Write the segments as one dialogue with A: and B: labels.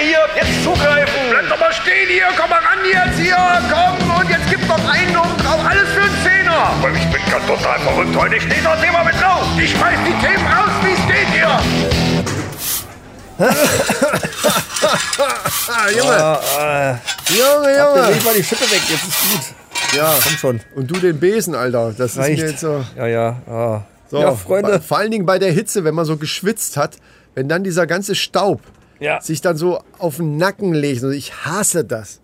A: hier, jetzt zugreifen.
B: Bleib doch mal stehen hier, komm mal ran jetzt hier, komm und jetzt gib doch einen und auch alles für einen Zehner.
A: Aber ich bin gerade total verrückt heute. Ich stehe das Thema mit drauf.
B: Ich schmeiß die Themen raus, wie es geht hier.
C: Ah, Junge,
D: ah.
C: Junge,
D: Dann leg
C: Junge.
D: eh mal die Schippe weg, jetzt ist gut.
C: Ja,
D: Komm schon.
C: und du den Besen, Alter. Das ist mir
D: Reicht.
C: jetzt so.
D: Ja, ja. Ah.
C: so
D: ja, Freunde.
C: Vor allen Dingen bei der Hitze, wenn man so geschwitzt hat, wenn dann dieser ganze Staub
D: Ja.
C: sich dann so auf den Nacken legt. Und ich hasse das.
D: Mm.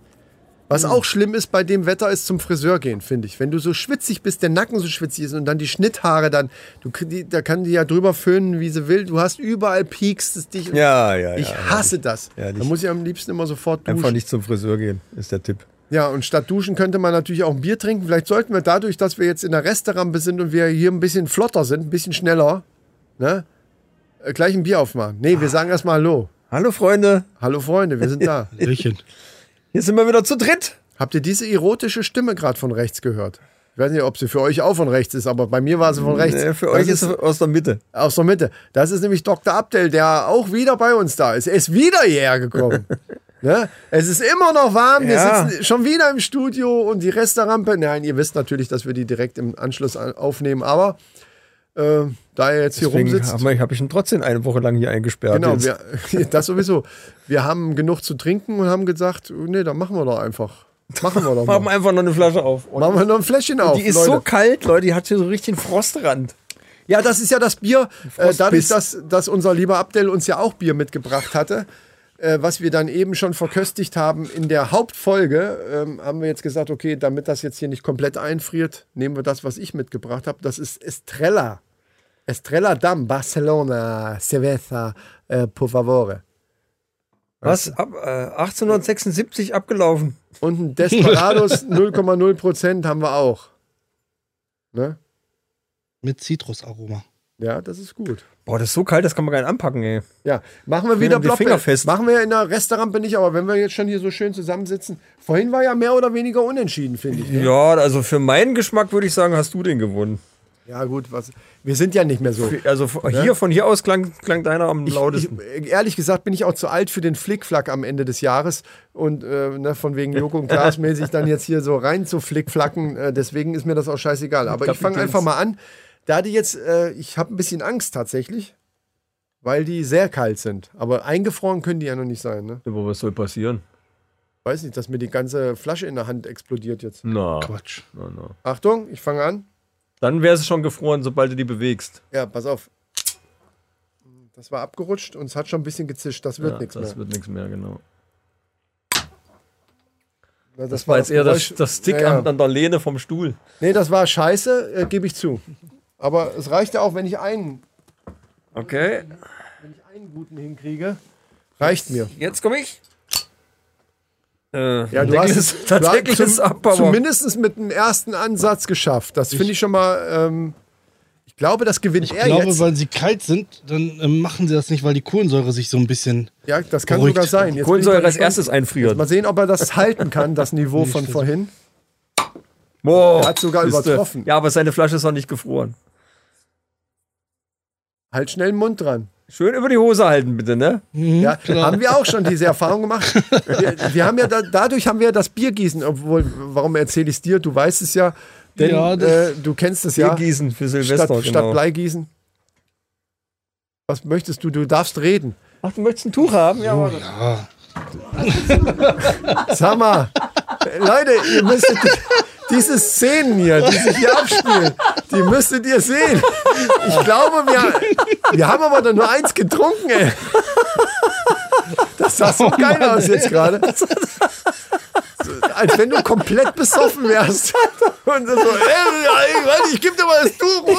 C: Was auch schlimm ist bei dem Wetter, ist zum Friseur gehen, finde ich. Wenn du so schwitzig bist, der Nacken so schwitzig ist und dann die Schnitthaare dann, du, krieg- die, da kann die ja drüber föhnen, wie sie will. Du hast überall piekst es dich.
D: Ja, ja, ja.
C: ich hasse das.
D: ja,
C: da
D: nicht-
C: muss ich am liebsten immer sofort duschen.
D: Einfach nicht zum Friseur gehen, ist der Tipp.
C: Ja, und statt duschen könnte man natürlich auch ein Bier trinken. Vielleicht sollten wir dadurch, dass wir jetzt in der Resterampe sind und wir hier ein bisschen flotter sind, ein bisschen schneller, ne? äh, gleich ein Bier aufmachen. Nee, wir sagen erstmal Hallo.
D: Hallo Freunde,
C: Hallo Freunde, wir sind da.
B: Riechen.
D: hier sind wir wieder zu dritt.
C: Habt ihr diese erotische Stimme gerade von rechts gehört? Ich weiß nicht, ob sie für euch auch von rechts ist, aber bei mir war sie von rechts.
D: Äh, Für
C: Das
D: euch ist es aus der Mitte.
C: aus der Mitte. Das ist nämlich Dr. Abdel, der auch wieder bei uns da ist. Er ist wieder hierher gekommen. ne? Es ist immer noch warm. Wir
D: Ja.
C: sitzen schon wieder im Studio und die Resterampe. Nein, ihr wisst natürlich, dass wir die direkt im Anschluss an- aufnehmen, aber äh, da er jetzt hier
D: Deswegen
C: rumsitzt.
D: habe ich, hab ich ihn trotzdem eine Woche lang hier eingesperrt.
C: Genau,
D: jetzt.
C: wir, das sowieso. Wir haben genug zu trinken und haben gesagt, nee, dann machen wir doch einfach. Machen wir doch
D: Machen
C: mal.
D: einfach noch eine Flasche auf. Und
C: Machen wir noch ein Fläschchen auf.
D: die ist
C: Leute.
D: so kalt, Leute, die hat hier so richtig einen Frostrand.
C: Ja, das ist ja das Bier. Äh,
D: Frostbiss.
C: dadurch, dass, dass unser lieber Abdel uns ja auch Bier mitgebracht hatte, äh, was wir dann eben schon verköstigt haben in der Hauptfolge, ähm, haben wir jetzt gesagt, okay, damit das jetzt hier nicht komplett einfriert, nehmen wir das, was ich mitgebracht habe. Das ist Estrella. Estrella Dam, Barcelona, Cerveza, äh, por favore.
D: Was? Ab, äh, 1876 abgelaufen.
C: Und ein Desperados 0,0 Prozent haben wir auch. Ne?
E: Mit Zitrusaroma.
C: Ja, das ist gut.
D: Boah, das ist so kalt, das kann man gar nicht anpacken, ey.
C: Ja, machen wir
D: Ja,
C: wieder
D: die
C: Block.
D: Finger fest.
C: Machen wir ja in der Restrampe nicht, aber wenn wir jetzt schon hier so schön zusammensitzen. Vorhin war ja mehr oder weniger unentschieden, finde ich. ne?
D: Ja, also für meinen Geschmack würde ich sagen, hast du den gewonnen.
C: Ja, gut, was, wir sind ja nicht mehr so.
D: Also von- hier, von hier aus klang, klang deiner am
C: Ich,
D: lautesten.
C: ehrlich gesagt bin ich auch zu alt für den Flickflack am Ende des Jahres und äh, ne, von wegen Joko und Klaas mäßig dann jetzt hier so rein zu flickflacken. Äh, deswegen ist mir das auch scheißegal. Aber ich fange einfach mal an. Da die jetzt, äh, ich habe ein bisschen Angst tatsächlich, weil die sehr kalt sind. Aber eingefroren können die ja noch nicht sein. Ne?
D: Aber was soll passieren?
C: Weiß nicht, dass mir die ganze Flasche in der Hand explodiert jetzt.
D: Na,
E: Hm, Quatsch.
D: na, na.
C: Achtung, ich fange an.
D: Dann wäre es schon gefroren, sobald du die bewegst.
C: Ja, pass auf. Das war abgerutscht und es hat schon ein bisschen gezischt. Das wird
D: Ja,
C: nichts
D: das
C: mehr.
D: wird nichts mehr, genau.
C: Na,
D: Das, war jetzt eher das,
C: Geräusch-
D: das Stick
C: Ja,
D: an,
C: ja.
D: an der Lehne vom Stuhl.
C: Nee, das war scheiße, äh, gebe ich zu. Aber es reicht ja auch, wenn ich einen,
D: Okay,
C: einen guten hinkriege. Reicht mir.
D: jetzt komme ich. Äh,
C: Ja, du hast es
D: tatsächlich
C: du hast
D: ist ab, aber-
C: zumindest mit dem ersten Ansatz geschafft. Das finde ich schon mal. Ähm, ich glaube, das gewinnt
E: Ich
C: er
E: glaube,
C: jetzt.
E: weil sie kalt sind, dann ähm, machen sie das nicht, weil die Kohlensäure sich so ein bisschen.
C: Ja, das kann
E: Beruhigt.
C: sogar sein. Jetzt bin ich mal
D: Kohlensäure als
C: gespannt.
D: erstes einfrieren.
C: Mal sehen, ob er das halten kann, das Niveau von vorhin.
D: Boah,
C: Er hat sogar
D: siehste.
C: übertroffen.
D: Ja, aber seine Flasche ist noch nicht gefroren.
C: Halt schnell den Mund dran.
D: Schön über die Hose halten, bitte, ne?
E: hm,
C: Ja, haben wir auch schon diese Erfahrung gemacht. Wir, wir haben ja da, dadurch haben wir ja das Biergießen, obwohl, warum erzähle ich es dir? Du weißt es ja, denn
E: Ja,
C: äh,
E: das-
C: du kennst es ja.
D: Bier gießen für Silvester,
C: Statt, statt
D: genau.
C: Bleigießen. Was möchtest du? Du darfst reden.
D: Ach, du möchtest ein Tuch haben? Ja, warte.
E: Ja.
C: Sag mal, äh, Leute, ihr müsstet diese Szenen hier, die sich hier abspielen, die müsstet ihr sehen. Ich glaube, wir, wir haben aber dann nur eins getrunken, ey. Das sah
D: Oh
C: so geil aus jetzt gerade. So, als wenn du komplett besoffen wärst. Und so, ey, ey, warte, ich geb dir mal das Tuch. Uh,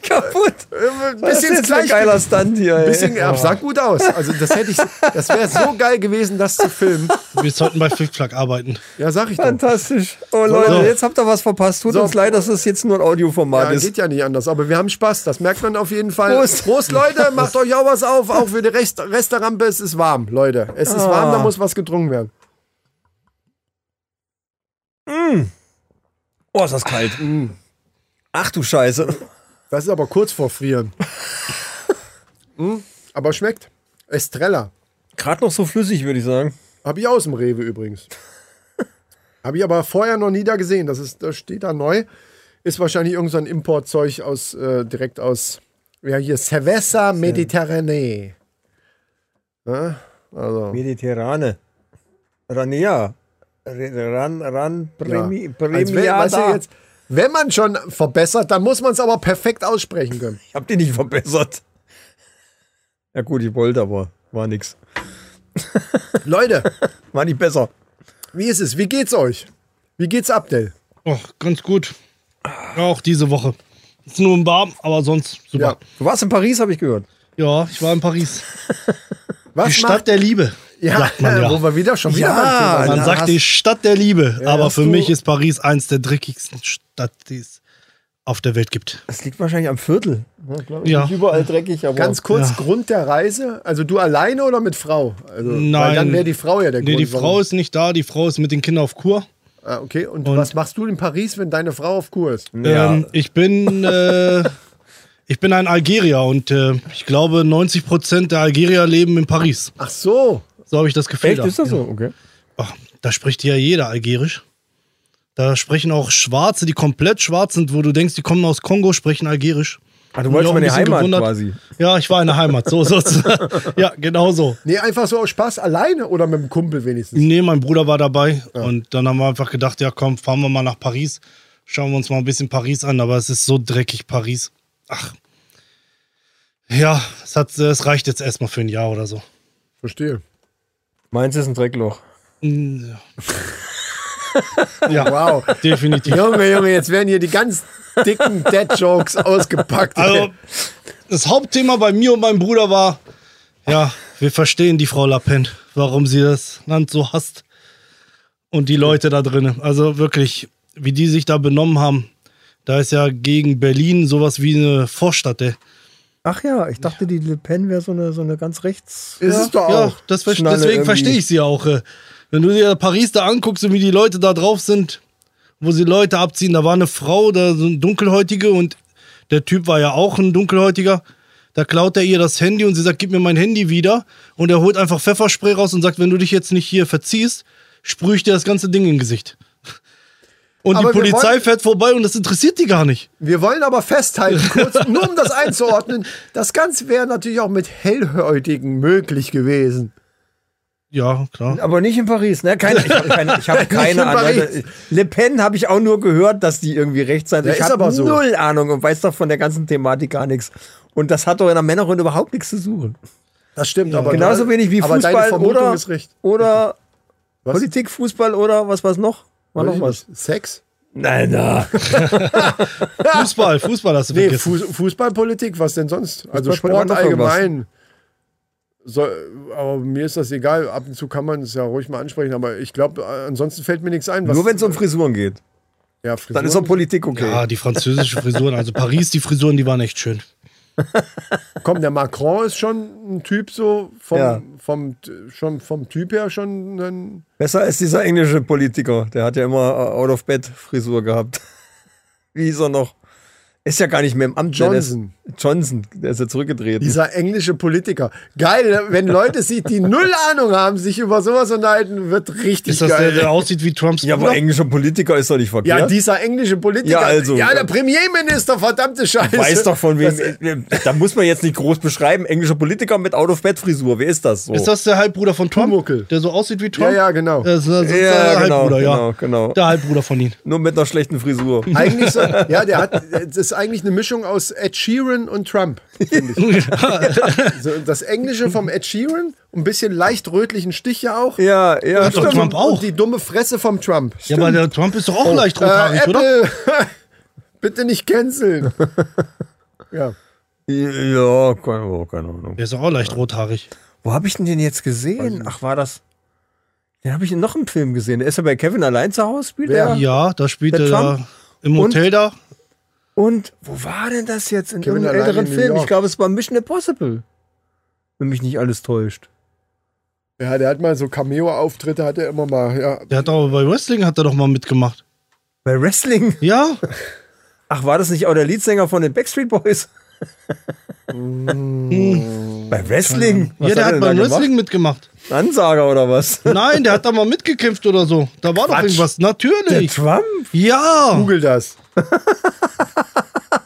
D: Kaputt.
C: ein
D: Was ist
C: bisschen
D: jetzt für ein
C: gleich.
D: geiler Stunt hier, ey.
C: Bisschen, ja, sah gut aus. Also das hätte ich, das wäre so geil gewesen, das zu filmen.
E: Wir sollten bei Flickflack arbeiten.
C: Ja, sag ich doch.
D: Fantastisch. Oh Leute, jetzt habt ihr was verpasst. Tut
C: So.
D: uns leid, dass es jetzt nur ein Audioformat
C: Ja,
D: ist.
C: geht ja nicht anders, aber wir haben Spaß, das merkt man auf jeden Fall.
D: Prost.
C: Prost Leute, macht euch auch was auf, auch für die Rest Restaurantbe, es ist warm, Leute. Es ist warm, da muss was getrunken werden.
D: Oh, ist das kalt.
C: Mm.
D: Ach du Scheiße.
C: Das ist aber kurz vor Frieren. hm? Aber schmeckt. Estrella.
D: Gerade noch so flüssig, würde ich sagen.
C: Habe ich aus dem Rewe übrigens. Habe ich aber vorher noch nie da gesehen. Das, ist, das steht da neu. Ist wahrscheinlich irgend so ein Importzeug aus, äh, direkt aus, ja hier, Cerveza Mediterranee. Ne? Also,
D: Mediterrane. Ranea. Re- Ran, ran,
C: ja.
D: premi,
C: Als wenn, weißt du,
D: premiada.
C: jetzt, wenn man schon verbessert, dann muss man es aber perfekt aussprechen können.
D: Ich hab die nicht verbessert. Ja gut, ich wollte, aber war nix.
C: Leute,
D: War nicht besser.
C: wie ist es? Wie geht's euch? Wie geht's Abdel?
E: Oh, ganz gut. Ja, Auch diese Woche. Ist nur ein Bar, aber sonst
C: Ja.
E: super.
D: Du warst in Paris, habe ich gehört.
E: Ja, ich war in Paris.
C: Was
E: Die Stadt der Liebe.
C: ja,
E: sagt man ja.
C: Wo wir wieder schon wieder
D: Ja,
C: beim Thema
E: Man
D: na,
C: sind.
E: sagt
D: hast-
E: die Stadt der Liebe. aber
C: hast
E: für
C: du-
E: mich ist Paris eins der dreckigsten Stadt, die es auf der Welt gibt.
D: Das liegt wahrscheinlich am Viertel.
E: Ja.
D: überall dreckig, aber.
C: Ganz kurz, Grund der Reise? Also du alleine oder mit Frau? Also, Weil
E: Nein.
C: dann wäre die Frau ja der
E: Nee,
C: Grund.
E: die Frau
C: warum-
E: ist nicht da, die Frau ist mit den Kindern auf Kur.
C: Ah, okay, und, was machst du in Paris, wenn deine Frau auf Kur ist?
D: Ja.
E: Ähm, ich bin äh, ich bin ein Algerier und äh, ich glaube 90 Prozent der Algerier leben in Paris.
C: Ach so.
E: So habe ich das Gefühl.
D: Echt, ist das
E: Ja.
D: so? Okay.
E: Ach, da spricht ja jeder Algerisch. Da sprechen auch Schwarze, die komplett schwarz sind, wo du denkst, die kommen aus Kongo, sprechen Algerisch.
D: Ah, du wolltest
E: Bin
D: mal in
E: ich auch
D: die
E: ein bisschen
D: Heimat quasi.
E: Ja, ich war in der Heimat. So, so, so. ja, genau so.
C: Nee, einfach so aus Spaß alleine oder mit dem Kumpel wenigstens.
E: Nee, mein Bruder war dabei. Und dann haben wir einfach gedacht, ja komm, fahren wir mal nach Paris. Schauen wir uns mal ein bisschen Paris an. Aber es ist so dreckig, Paris. Ach. Ja, es, hat, es reicht jetzt erstmal für ein Jahr oder so.
C: Verstehe.
D: Meins ist ein Dreckloch.
E: Mm, Ja, ja
C: Wow.
E: definitiv.
C: Junge, Junge, jetzt werden hier die ganz dicken Dad-Jokes ausgepackt.
E: Also, das Hauptthema bei mir und meinem Bruder war, ja, wir verstehen die Frau Le Pen, warum sie das Land so hasst und die Leute da drinnen. Also wirklich, wie die sich da benommen haben. Da ist ja gegen Berlin sowas wie eine Vorstadt, ey.
D: Ach ja, ich dachte, die Le Pen wäre so eine, so eine ganz rechts.
C: ist es doch
E: Ja,
C: auch.
E: das ver
D: Schnalle
E: deswegen
D: irgendwie.
E: verstehe ich sie auch. äh. Wenn du dir Paris da anguckst und wie die Leute da drauf sind, wo sie Leute abziehen, da war eine Frau, da so ein Dunkelhäutige und der Typ war ja auch ein Dunkelhäutiger. Da klaut er ihr das Handy und sie sagt, gib mir mein Handy wieder. Und er holt einfach Pfefferspray raus und sagt, wenn du dich jetzt nicht hier verziehst, sprühe ich dir das ganze Ding ins Gesicht. Und
C: Aber wir
E: die Polizei
C: wollen-
E: fährt vorbei und das interessiert die gar nicht.
C: Wir wollen aber festhalten, kurz, nur um das einzuordnen, das Ganze wäre natürlich auch mit Hellhäutigen möglich gewesen.
E: Ja, klar.
D: Aber nicht in Paris, ne? Keine, ich habe keine, ich hab
C: Nicht in
D: keine Ahnung. Also,
C: Paris.
D: Le Pen habe ich auch nur gehört, dass die irgendwie rechts sein.
C: Ja,
D: ich
C: ist
D: habe
C: aber so.
D: null Ahnung und weiß doch von der ganzen Thematik gar nichts. Und das hat doch in der Männerrunde überhaupt nichts zu suchen.
C: Das stimmt, aber
D: Genauso wenig wie
C: genau. aber
D: Fußball
C: deine Vermutung
D: oder,
C: ist recht.
D: oder
C: Was?
D: Politik, Fußball oder was war's noch? War
C: Weiß
D: noch
C: ich
D: was?
C: nicht. Sex?
D: Nein, na.
E: Fußball, Fußball hast du
C: Nee,
E: vergessen.
C: Fuß, Fußballpolitik, was denn sonst? Also
D: Fußball-
C: Sport
D: noch irgendwas.
C: allgemein. So, aber mir ist das egal. Ab und zu kann man es ja ruhig mal ansprechen, aber ich glaube, äh, ansonsten fällt mir nichts ein. Was,
D: Nur wenn es um Frisuren geht.
C: ja,
D: Dann ist auch
C: Frisuren-
D: Politik okay.
E: Ja, die französische Frisuren, also Paris, die Frisuren, die waren echt schön.
C: Komm, der Macron ist schon ein Typ so, vom,
D: Ja.
C: vom, schon vom Typ her schon ein
D: Besser als dieser englische Politiker. Der hat ja immer äh, Out-of-Bed-Frisur gehabt. Wie ist er noch? Ist ja gar nicht mehr im Amt. ne? Der ist-
C: Johnson.
D: Johnson, der ist ja zurückgetreten.
C: Dieser englische Politiker. Geil, wenn Leute sieht, die null Ahnung haben, sich über sowas unterhalten, wird richtig
E: Ist das
C: geil.
E: der, der aussieht wie Trumps
D: ja, aber
E: Bruder?
D: englischer Politiker ist doch nicht
C: ja,
D: verkehrt.
C: dieser englische Politiker.
D: Ja, also.
C: ja, der Premierminister, verdammte Scheiße.
D: Weiß doch von
C: äh,
D: wem. Da muss man jetzt nicht groß beschreiben. Englischer Politiker mit Out-of-Bed-Frisur. Wer ist das so?
E: Ist das der Halbbruder von Trump?
C: Pumuckl.
E: Der so aussieht wie Trump? Äh,
C: Ja, ja, genau.
E: Das ist, das ist
D: Ja,
E: der
D: genau,
E: Halbbruder, ja.
D: genau, genau.
E: Der Halbbruder von ihm.
D: Nur mit einer schlechten Frisur.
C: Eigentlich so, ja, der hat, das ist eigentlich eine Mischung aus Ed Sheeran und Trump, finde ich. so, das Englische vom Ed Sheeran, ein bisschen leicht rötlichen Stich ja auch.
D: Ja, ja,
E: doch Trump auch.
C: Und die dumme Fresse vom Trump.
E: Ja, aber der Trump ist doch
D: Oh,
E: auch leicht
C: Äh,
E: rothaarig, oder?
C: Apple, bitte nicht canceln. ja.
D: Ja, keine, oh, keine Ahnung.
E: Der ist doch auch leicht rothaarig.
D: Wo habe ich denn den jetzt gesehen? Ach, war das. Den habe ich in noch einem Film gesehen. Der ist ja bei Kevin allein zu Hause, spielt
C: Wer?
D: er.
E: Ja, da spielt
D: Der
E: er
D: Trump
E: da im
D: und-
E: Hotel da.
D: Und wo war denn das jetzt? In
C: Kevin
D: irgendeinem
C: allein
D: älteren
C: in New
D: Film. Ich
C: York.
D: glaube, es war Mission Impossible. Wenn mich nicht alles täuscht.
C: ja, der hat mal so Cameo-Auftritte, hat er immer mal. Ja.
E: Der hat auch bei Wrestling hat er doch mal mitgemacht.
D: Bei Wrestling?
E: Ja,
D: Ach, war das nicht auch der Leadsänger von den Backstreet Boys?
E: Mm.
D: Bei Wrestling? Was
E: ja, der hat
D: denn da
E: beim
D: gemacht?
E: Wrestling mitgemacht.
D: Ansager oder was?
E: Nein, der hat da mal mitgekämpft oder so. Da war doch irgendwas.
D: Der
E: Natürlich.
D: Trump?
E: Ja.
C: Google das.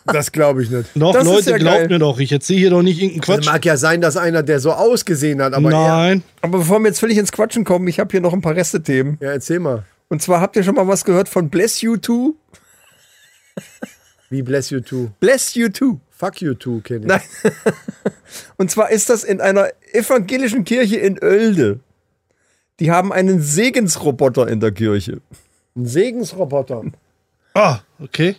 C: das glaube ich nicht.
E: Doch,
D: Das ist
E: Leute,
D: ja
E: glaubt
D: geil. Also
E: mir doch. Ich erzähle hier doch nicht irgendeinen
C: Es
E: Quatsch.
C: mag ja sein, dass einer, der so ausgesehen hat, aber er.
E: Nein.
D: Aber bevor wir jetzt völlig ins Quatschen kommen, ich habe hier noch ein paar Restethemen.
C: Ja, erzähl mal.
D: Und zwar habt ihr schon mal was gehört von Bless You Too?
C: Wie bless you too.
D: Bless You Too.
C: Fuck you too, Kenny.
D: Nein. Und zwar ist das in einer evangelischen Kirche in Oelde. Die haben einen Segensroboter in der Kirche.
C: Ein Segensroboter.
E: Ah, okay.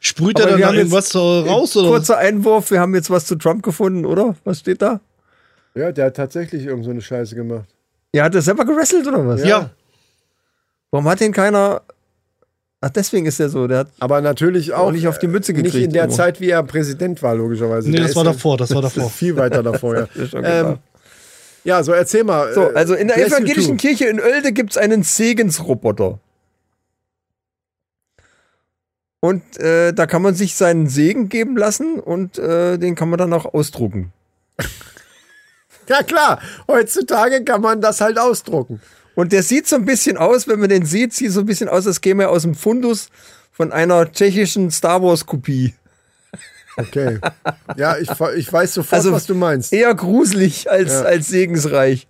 E: Sprüht er
D: Aber
E: dann
D: wir
E: da
D: haben jetzt
E: irgendwas so raus oder was?
D: Kurzer Einwurf, wir haben jetzt was zu Trump gefunden, oder? Was steht da?
C: Ja, der hat tatsächlich irgend so eine Scheiße gemacht.
D: Ja, hat er selber gewrestelt oder was?
E: Ja.
D: Warum hat den keiner. Ach, deswegen ist der so. Der hat
C: Aber natürlich auch,
D: Auch äh, nicht auf die Mütze
C: Nicht in
D: gekriegt,
C: der
D: aber.
C: Zeit, wie er Präsident war, logischerweise.
E: Nee,
C: Der
E: das
C: ist
E: war
C: ja-
E: davor, das war davor.
C: Viel weiter davor, ja.
D: ist schon
C: ähm,
D: klar.
C: ja, so erzähl mal.
D: So,
C: äh,
D: also in der
C: bless you
D: evangelischen
C: too.
D: Kirche in Oelde gibt es einen Segensroboter. Und äh, da kann man sich seinen Segen geben lassen und äh, den kann man dann auch ausdrucken.
C: Ja, klar. Heutzutage kann man das halt ausdrucken.
D: Und der sieht so ein bisschen aus, wenn man den sieht, sieht so ein bisschen aus, als käme er aus dem Fundus von einer tschechischen Star Wars Kopie.
C: Okay. Ja, ich, ver- ich weiß sofort,
D: Also,
C: was du meinst.
D: Eher gruselig als,
C: Ja.
D: als segensreich.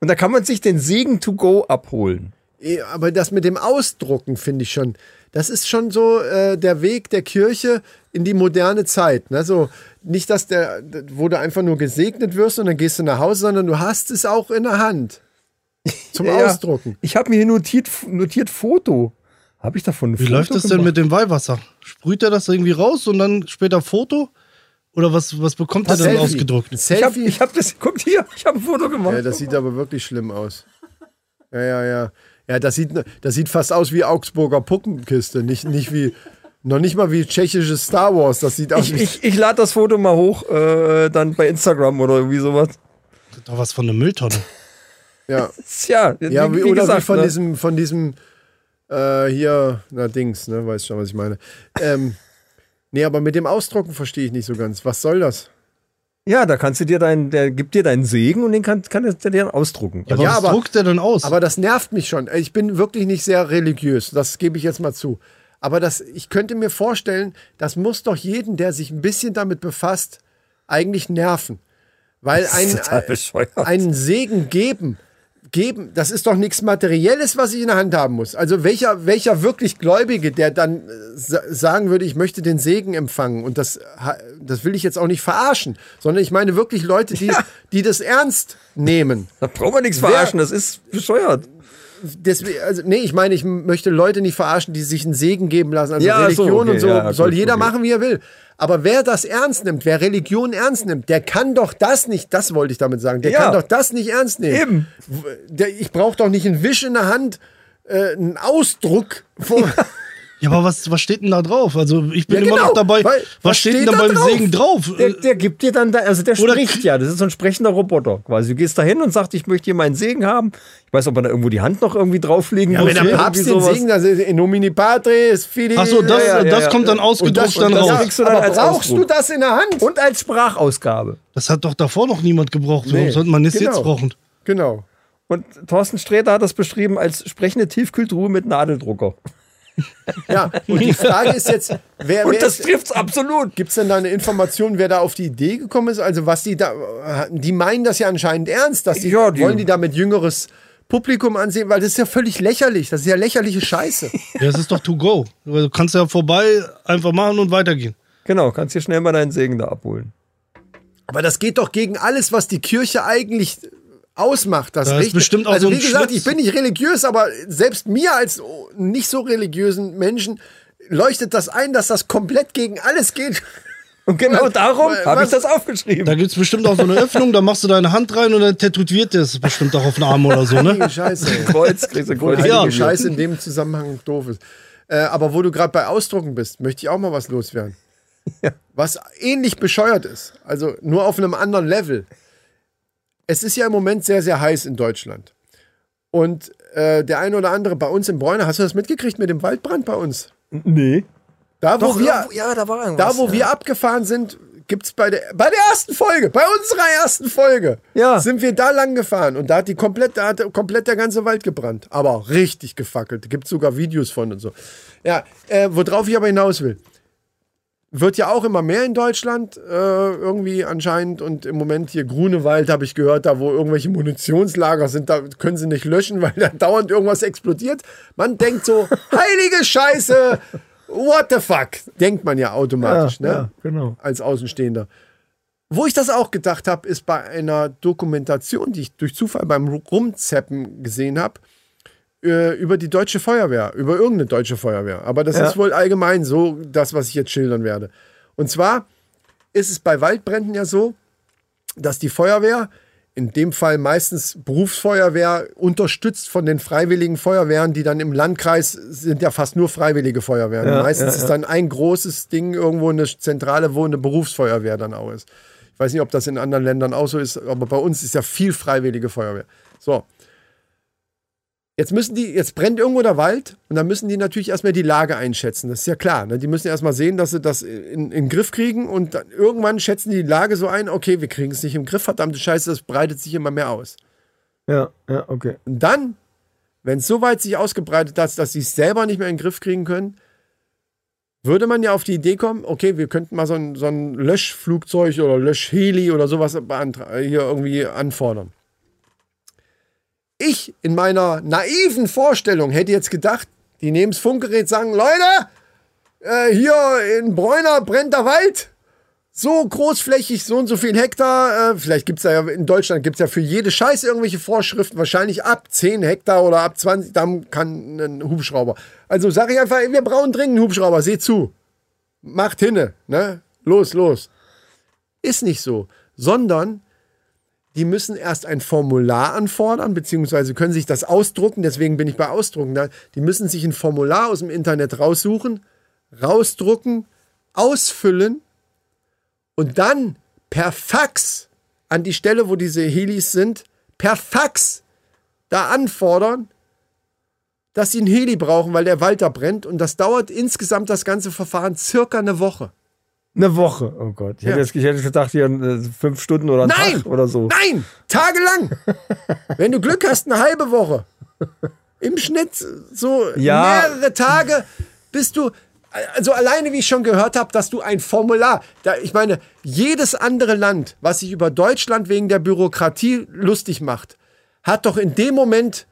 D: Und da kann man sich den Segen to go abholen.
C: Eh, Aber das mit dem Ausdrucken finde ich schon, das ist schon so äh, der Weg der Kirche in die moderne Zeit. Ne? So, nicht, dass der, wo du einfach nur gesegnet wirst und dann gehst du nach Hause, sondern du hast es auch in der Hand. Zum
D: Ja, ja.
C: Ausdrucken.
D: Ich habe mir hier notiert, notiert Foto. Habe ich davon ein
E: Wie
D: Foto
E: läuft das denn
D: gemacht?
E: mit dem Weihwasser? Sprüht er das irgendwie raus und dann später Foto? Oder was, was bekommt er dann
C: Selfie.
E: ausgedruckt?
C: Ein
D: Ich habe
C: Selfie.
D: ich hab das, guckt hier, ich habe ein Foto gemacht.
C: ja, das sieht aber wirklich schlimm aus. Ja, ja, ja. Ja, das sieht, das sieht fast aus wie Augsburger Puppenkiste. Nicht, nicht wie, noch nicht mal wie tschechisches Star Wars. Das sieht aus
D: ich
C: wie.
D: ich, ich lade das Foto mal hoch, äh, dann bei Instagram oder irgendwie sowas.
E: Das ist Doch was von der Mülltonne.
C: ja.
D: Ja,
C: Ja, wie, oder wie von
D: ne?
C: diesem, von diesem, äh, hier, na Dings, ne, weißt schon, was ich meine. Ähm, nee, aber mit dem Ausdrucken verstehe ich nicht so ganz. Was soll das?
D: Ja, da kannst du dir deinen, der gibt dir deinen Segen und den kann, kann er dir dann ausdrucken.
E: Aber
C: Ja,
E: was
C: aber-
E: druckt er denn aus?
C: Aber das nervt mich schon. Ich bin wirklich nicht sehr religiös, das gebe ich jetzt mal zu. Aber das, ich könnte mir vorstellen, das muss doch jeden, der sich ein bisschen damit befasst, eigentlich nerven. Weil
D: ist
C: ein, äh,
D: total bescheuert.
C: einen Segen geben, geben, das ist doch nichts Materielles, was ich in der Hand haben muss. Also welcher, welcher wirklich Gläubige, der dann äh, sa- sagen würde, ich möchte den Segen empfangen und das, ha- das will ich jetzt auch nicht verarschen, sondern ich meine wirklich Leute, die, die das ernst nehmen.
D: da braucht man nichts verarschen, das ist bescheuert.
C: Deswegen, also, nee, ich meine, ich m- möchte Leute nicht verarschen, die sich einen Segen geben lassen. Also
D: Ja, so,
C: Religion
D: okay,
C: und so
D: ja, ja,
C: soll
D: gut,
C: jeder
D: okay.
C: machen, wie er will. Aber wer das ernst nimmt, wer Religion ernst nimmt, der kann doch das nicht, das wollte ich damit sagen, der
D: Ja.
C: kann doch das nicht ernst nehmen.
D: Eben.
C: W- Der, ich brauche doch nicht einen Wisch in der Hand, äh, einen Ausdruck. Von,
E: ja, aber was, was steht denn da drauf? Also ich bin
C: Ja,
E: immer
C: genau,
E: noch dabei.
C: weil-
E: was steht, denn da beim
C: drauf?
E: Segen drauf?
D: Der,
E: Äh,
D: der gibt dir dann, da- also der
E: Oder-
D: spricht ja, das ist so ein sprechender Roboter quasi. Du gehst da hin und sagst, ich möchte hier meinen Segen haben. Ich weiß, ob man da irgendwo die Hand noch irgendwie drauflegen
C: ja,
D: muss.
C: wenn der
D: irgendwie
C: Papst den
D: sowas.
C: Segen, das ist in nomine patris, fili.
E: Ach so, das,
D: ja, ja,
E: das
D: ja.
E: kommt dann
C: und
E: ausgedruckt
C: das,
E: dann
C: und das
E: raus.
C: kriegst du dann
D: Aber
C: als
D: brauchst
C: brauchst
D: du
C: du das in der Hand?
D: Und als Sprachausgabe.
E: Das hat doch davor noch niemand gebraucht. Warum
C: Nee,
E: sollte man das jetzt
C: genau.
E: brauchen?
C: genau.
D: Und Thorsten Sträter hat das beschrieben als sprechende Tiefkühltruhe mit Nadeldrucker.
C: Ja, und die Frage ist jetzt, wer, wer
D: Und das
C: ist,
D: trifft's absolut.
C: Gibt es Oh, denn da eine Information, wer da auf die Idee gekommen ist? Also was die da, die meinen das ja anscheinend ernst, dass die,
D: Ja, die-
C: wollen die damit jüngeres Publikum ansehen, weil das ist ja völlig lächerlich, das ist ja lächerliche Scheiße.
E: Ja, das ist doch to go. Du kannst ja vorbei einfach machen und weitergehen.
D: Genau, kannst hier schnell mal deinen Segen da abholen.
C: Aber das geht doch gegen alles, was die Kirche eigentlich ausmacht. Das
E: Da ist
C: Rechte.
E: bestimmt auch
C: also
E: so ein
C: wie gesagt,
E: Schlitz.
C: ich bin nicht religiös, aber selbst mir als nicht so religiösen Menschen leuchtet das ein, dass das komplett gegen alles geht.
D: Und genau
C: Was-
D: darum
C: was-
D: habe ich das aufgeschrieben.
E: Da gibt es bestimmt auch so eine Öffnung, da machst du deine Hand rein und dann tätowiert der es bestimmt auch auf den Arm oder so, ne?
C: Heilige Scheiße. ey.
D: Kreuz, kriegst du ein Kreuz.
C: Heilige
E: Ja.
C: Scheiße in dem Zusammenhang doof ist. Äh, aber wo du gerade bei Ausdrucken bist, möchte ich auch mal was loswerden. Was ähnlich bescheuert ist, also nur auf einem anderen Level. Es ist ja im Moment sehr, sehr heiß in Deutschland. Und äh, der eine oder andere bei uns in Bräune, hast du das mitgekriegt mit dem Waldbrand bei uns?
D: Nee.
C: Da, wo wir,
D: ja, da war irgendwas.
C: da, wo wir abgefahren sind, gibt's bei der, bei der ersten Folge, bei unserer ersten Folge,
D: Ja.
C: sind wir da lang gefahren und da hat die komplett, da hat komplett der ganze Wald gebrannt. Aber auch richtig gefackelt. Gibt sogar Videos von und so. Ja, äh, worauf ich aber hinaus will. Wird ja auch immer mehr in Deutschland, äh, irgendwie anscheinend. Und im Moment hier Grunewald habe ich gehört, da wo irgendwelche Munitionslager sind, da können sie nicht löschen, weil da dauernd irgendwas explodiert. Man denkt so, heilige Scheiße, what the fuck? Denkt man ja automatisch, ne?
D: ja, genau.
C: Als Außenstehender. Wo ich das auch gedacht habe, ist bei einer Dokumentation, die ich durch Zufall beim Rumzeppen gesehen habe, äh, über die deutsche Feuerwehr, über irgendeine deutsche Feuerwehr. Aber das
D: Ja.
C: ist wohl allgemein so, das, was ich jetzt schildern werde. Und zwar ist es bei Waldbränden ja so, dass die Feuerwehr, in dem Fall meistens Berufsfeuerwehr, unterstützt von den freiwilligen Feuerwehren, die dann im Landkreis sind ja fast nur freiwillige Feuerwehren.
D: Ja,
C: meistens
D: ja,
C: ist dann ein großes Ding irgendwo eine Zentrale, wo eine Berufsfeuerwehr dann auch ist. Ich weiß nicht, ob das in anderen Ländern auch so ist, aber bei uns ist ja viel freiwillige Feuerwehr. So. Jetzt müssen die, jetzt brennt irgendwo der Wald und dann müssen die natürlich erstmal die Lage einschätzen. Das ist ja klar. Ne? Die müssen erstmal sehen, dass sie das in, in den Griff kriegen und dann irgendwann schätzen die die Lage so ein, okay, wir kriegen es nicht im Griff, verdammte Scheiße, das breitet sich immer mehr aus.
D: Ja, ja, okay.
C: Und dann, wenn es so weit sich ausgebreitet hat, dass sie es selber nicht mehr in den Griff kriegen können, würde man ja auf die Idee kommen, okay, wir könnten mal so ein, so ein Löschflugzeug oder Löschheli oder sowas beantra- hier irgendwie anfordern. Ich in meiner naiven Vorstellung hätte jetzt gedacht, die nehmen das Funkgerät, sagen, Leute, äh, hier in Bräuner brennt der Wald, so großflächig, so und so viel Hektar. Äh, vielleicht gibt's da ja, in Deutschland gibt's ja für jede Scheiße irgendwelche Vorschriften. Wahrscheinlich ab 10 Hektar oder ab 20, dann kann ein Hubschrauber. Also sage ich einfach, ey, wir brauchen dringend einen Hubschrauber, seht zu. Macht hinne, ne? Los, los. Ist nicht so, sondern die müssen erst ein Formular anfordern, beziehungsweise können sich das ausdrucken, deswegen bin ich bei Ausdrucken da. Die müssen sich ein Formular aus dem Internet raussuchen, rausdrucken, ausfüllen und dann per Fax an die Stelle, wo diese Helis sind, per Fax da anfordern, dass sie einen Heli brauchen, weil der Wald da brennt. Und das dauert insgesamt das ganze Verfahren circa eine Woche.
D: Eine Woche. Oh Gott. Ich, hätte,
C: Ja.
D: jetzt, ich hätte gedacht, hier äh, fünf Stunden oder ein
C: Nein!
D: Tag oder so.
C: Nein! Tagelang! Wenn du Glück hast, eine halbe Woche. Im Schnitt so
D: Ja.
C: mehrere Tage bist du. Also alleine, wie ich schon gehört habe, dass du ein Formular, da, ich meine, jedes andere Land, was sich über Deutschland wegen der Bürokratie lustig macht, hat doch in dem Moment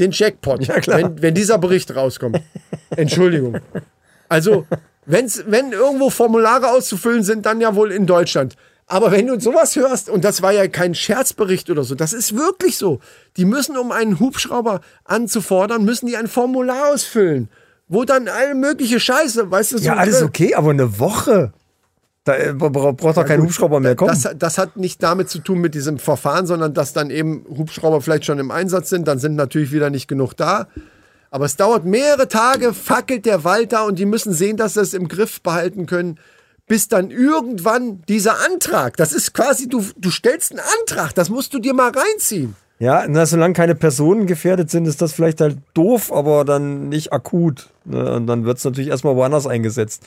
C: den Jackpot,
D: klar.
C: Wenn, wenn dieser Bericht rauskommt. Entschuldigung. Also, wenn's, wenn irgendwo Formulare auszufüllen sind, dann ja wohl in Deutschland. Aber wenn du sowas hörst, und das war ja kein Scherzbericht oder so, das ist wirklich so. Die müssen, um einen Hubschrauber anzufordern, müssen die ein Formular ausfüllen. Wo dann alle mögliche Scheiße, weißt du, so
D: Ja, also alles
C: drin-
D: okay, aber eine Woche. Da äh, bra- bra- braucht doch kein Hubschrauber mehr kommen.
C: Das, das hat nicht damit zu tun mit diesem Verfahren, sondern dass dann eben Hubschrauber vielleicht schon im Einsatz sind, dann sind natürlich wieder nicht genug da. Aber es dauert mehrere Tage, fackelt der Wald da und die müssen sehen, dass sie es im Griff behalten können, bis dann irgendwann dieser Antrag, das ist quasi, du, du stellst einen Antrag, das musst du dir mal reinziehen.
D: Ja, na, solange keine Personen gefährdet sind, ist das vielleicht halt doof, aber dann nicht akut. Ne? Und dann wird es natürlich erstmal woanders eingesetzt.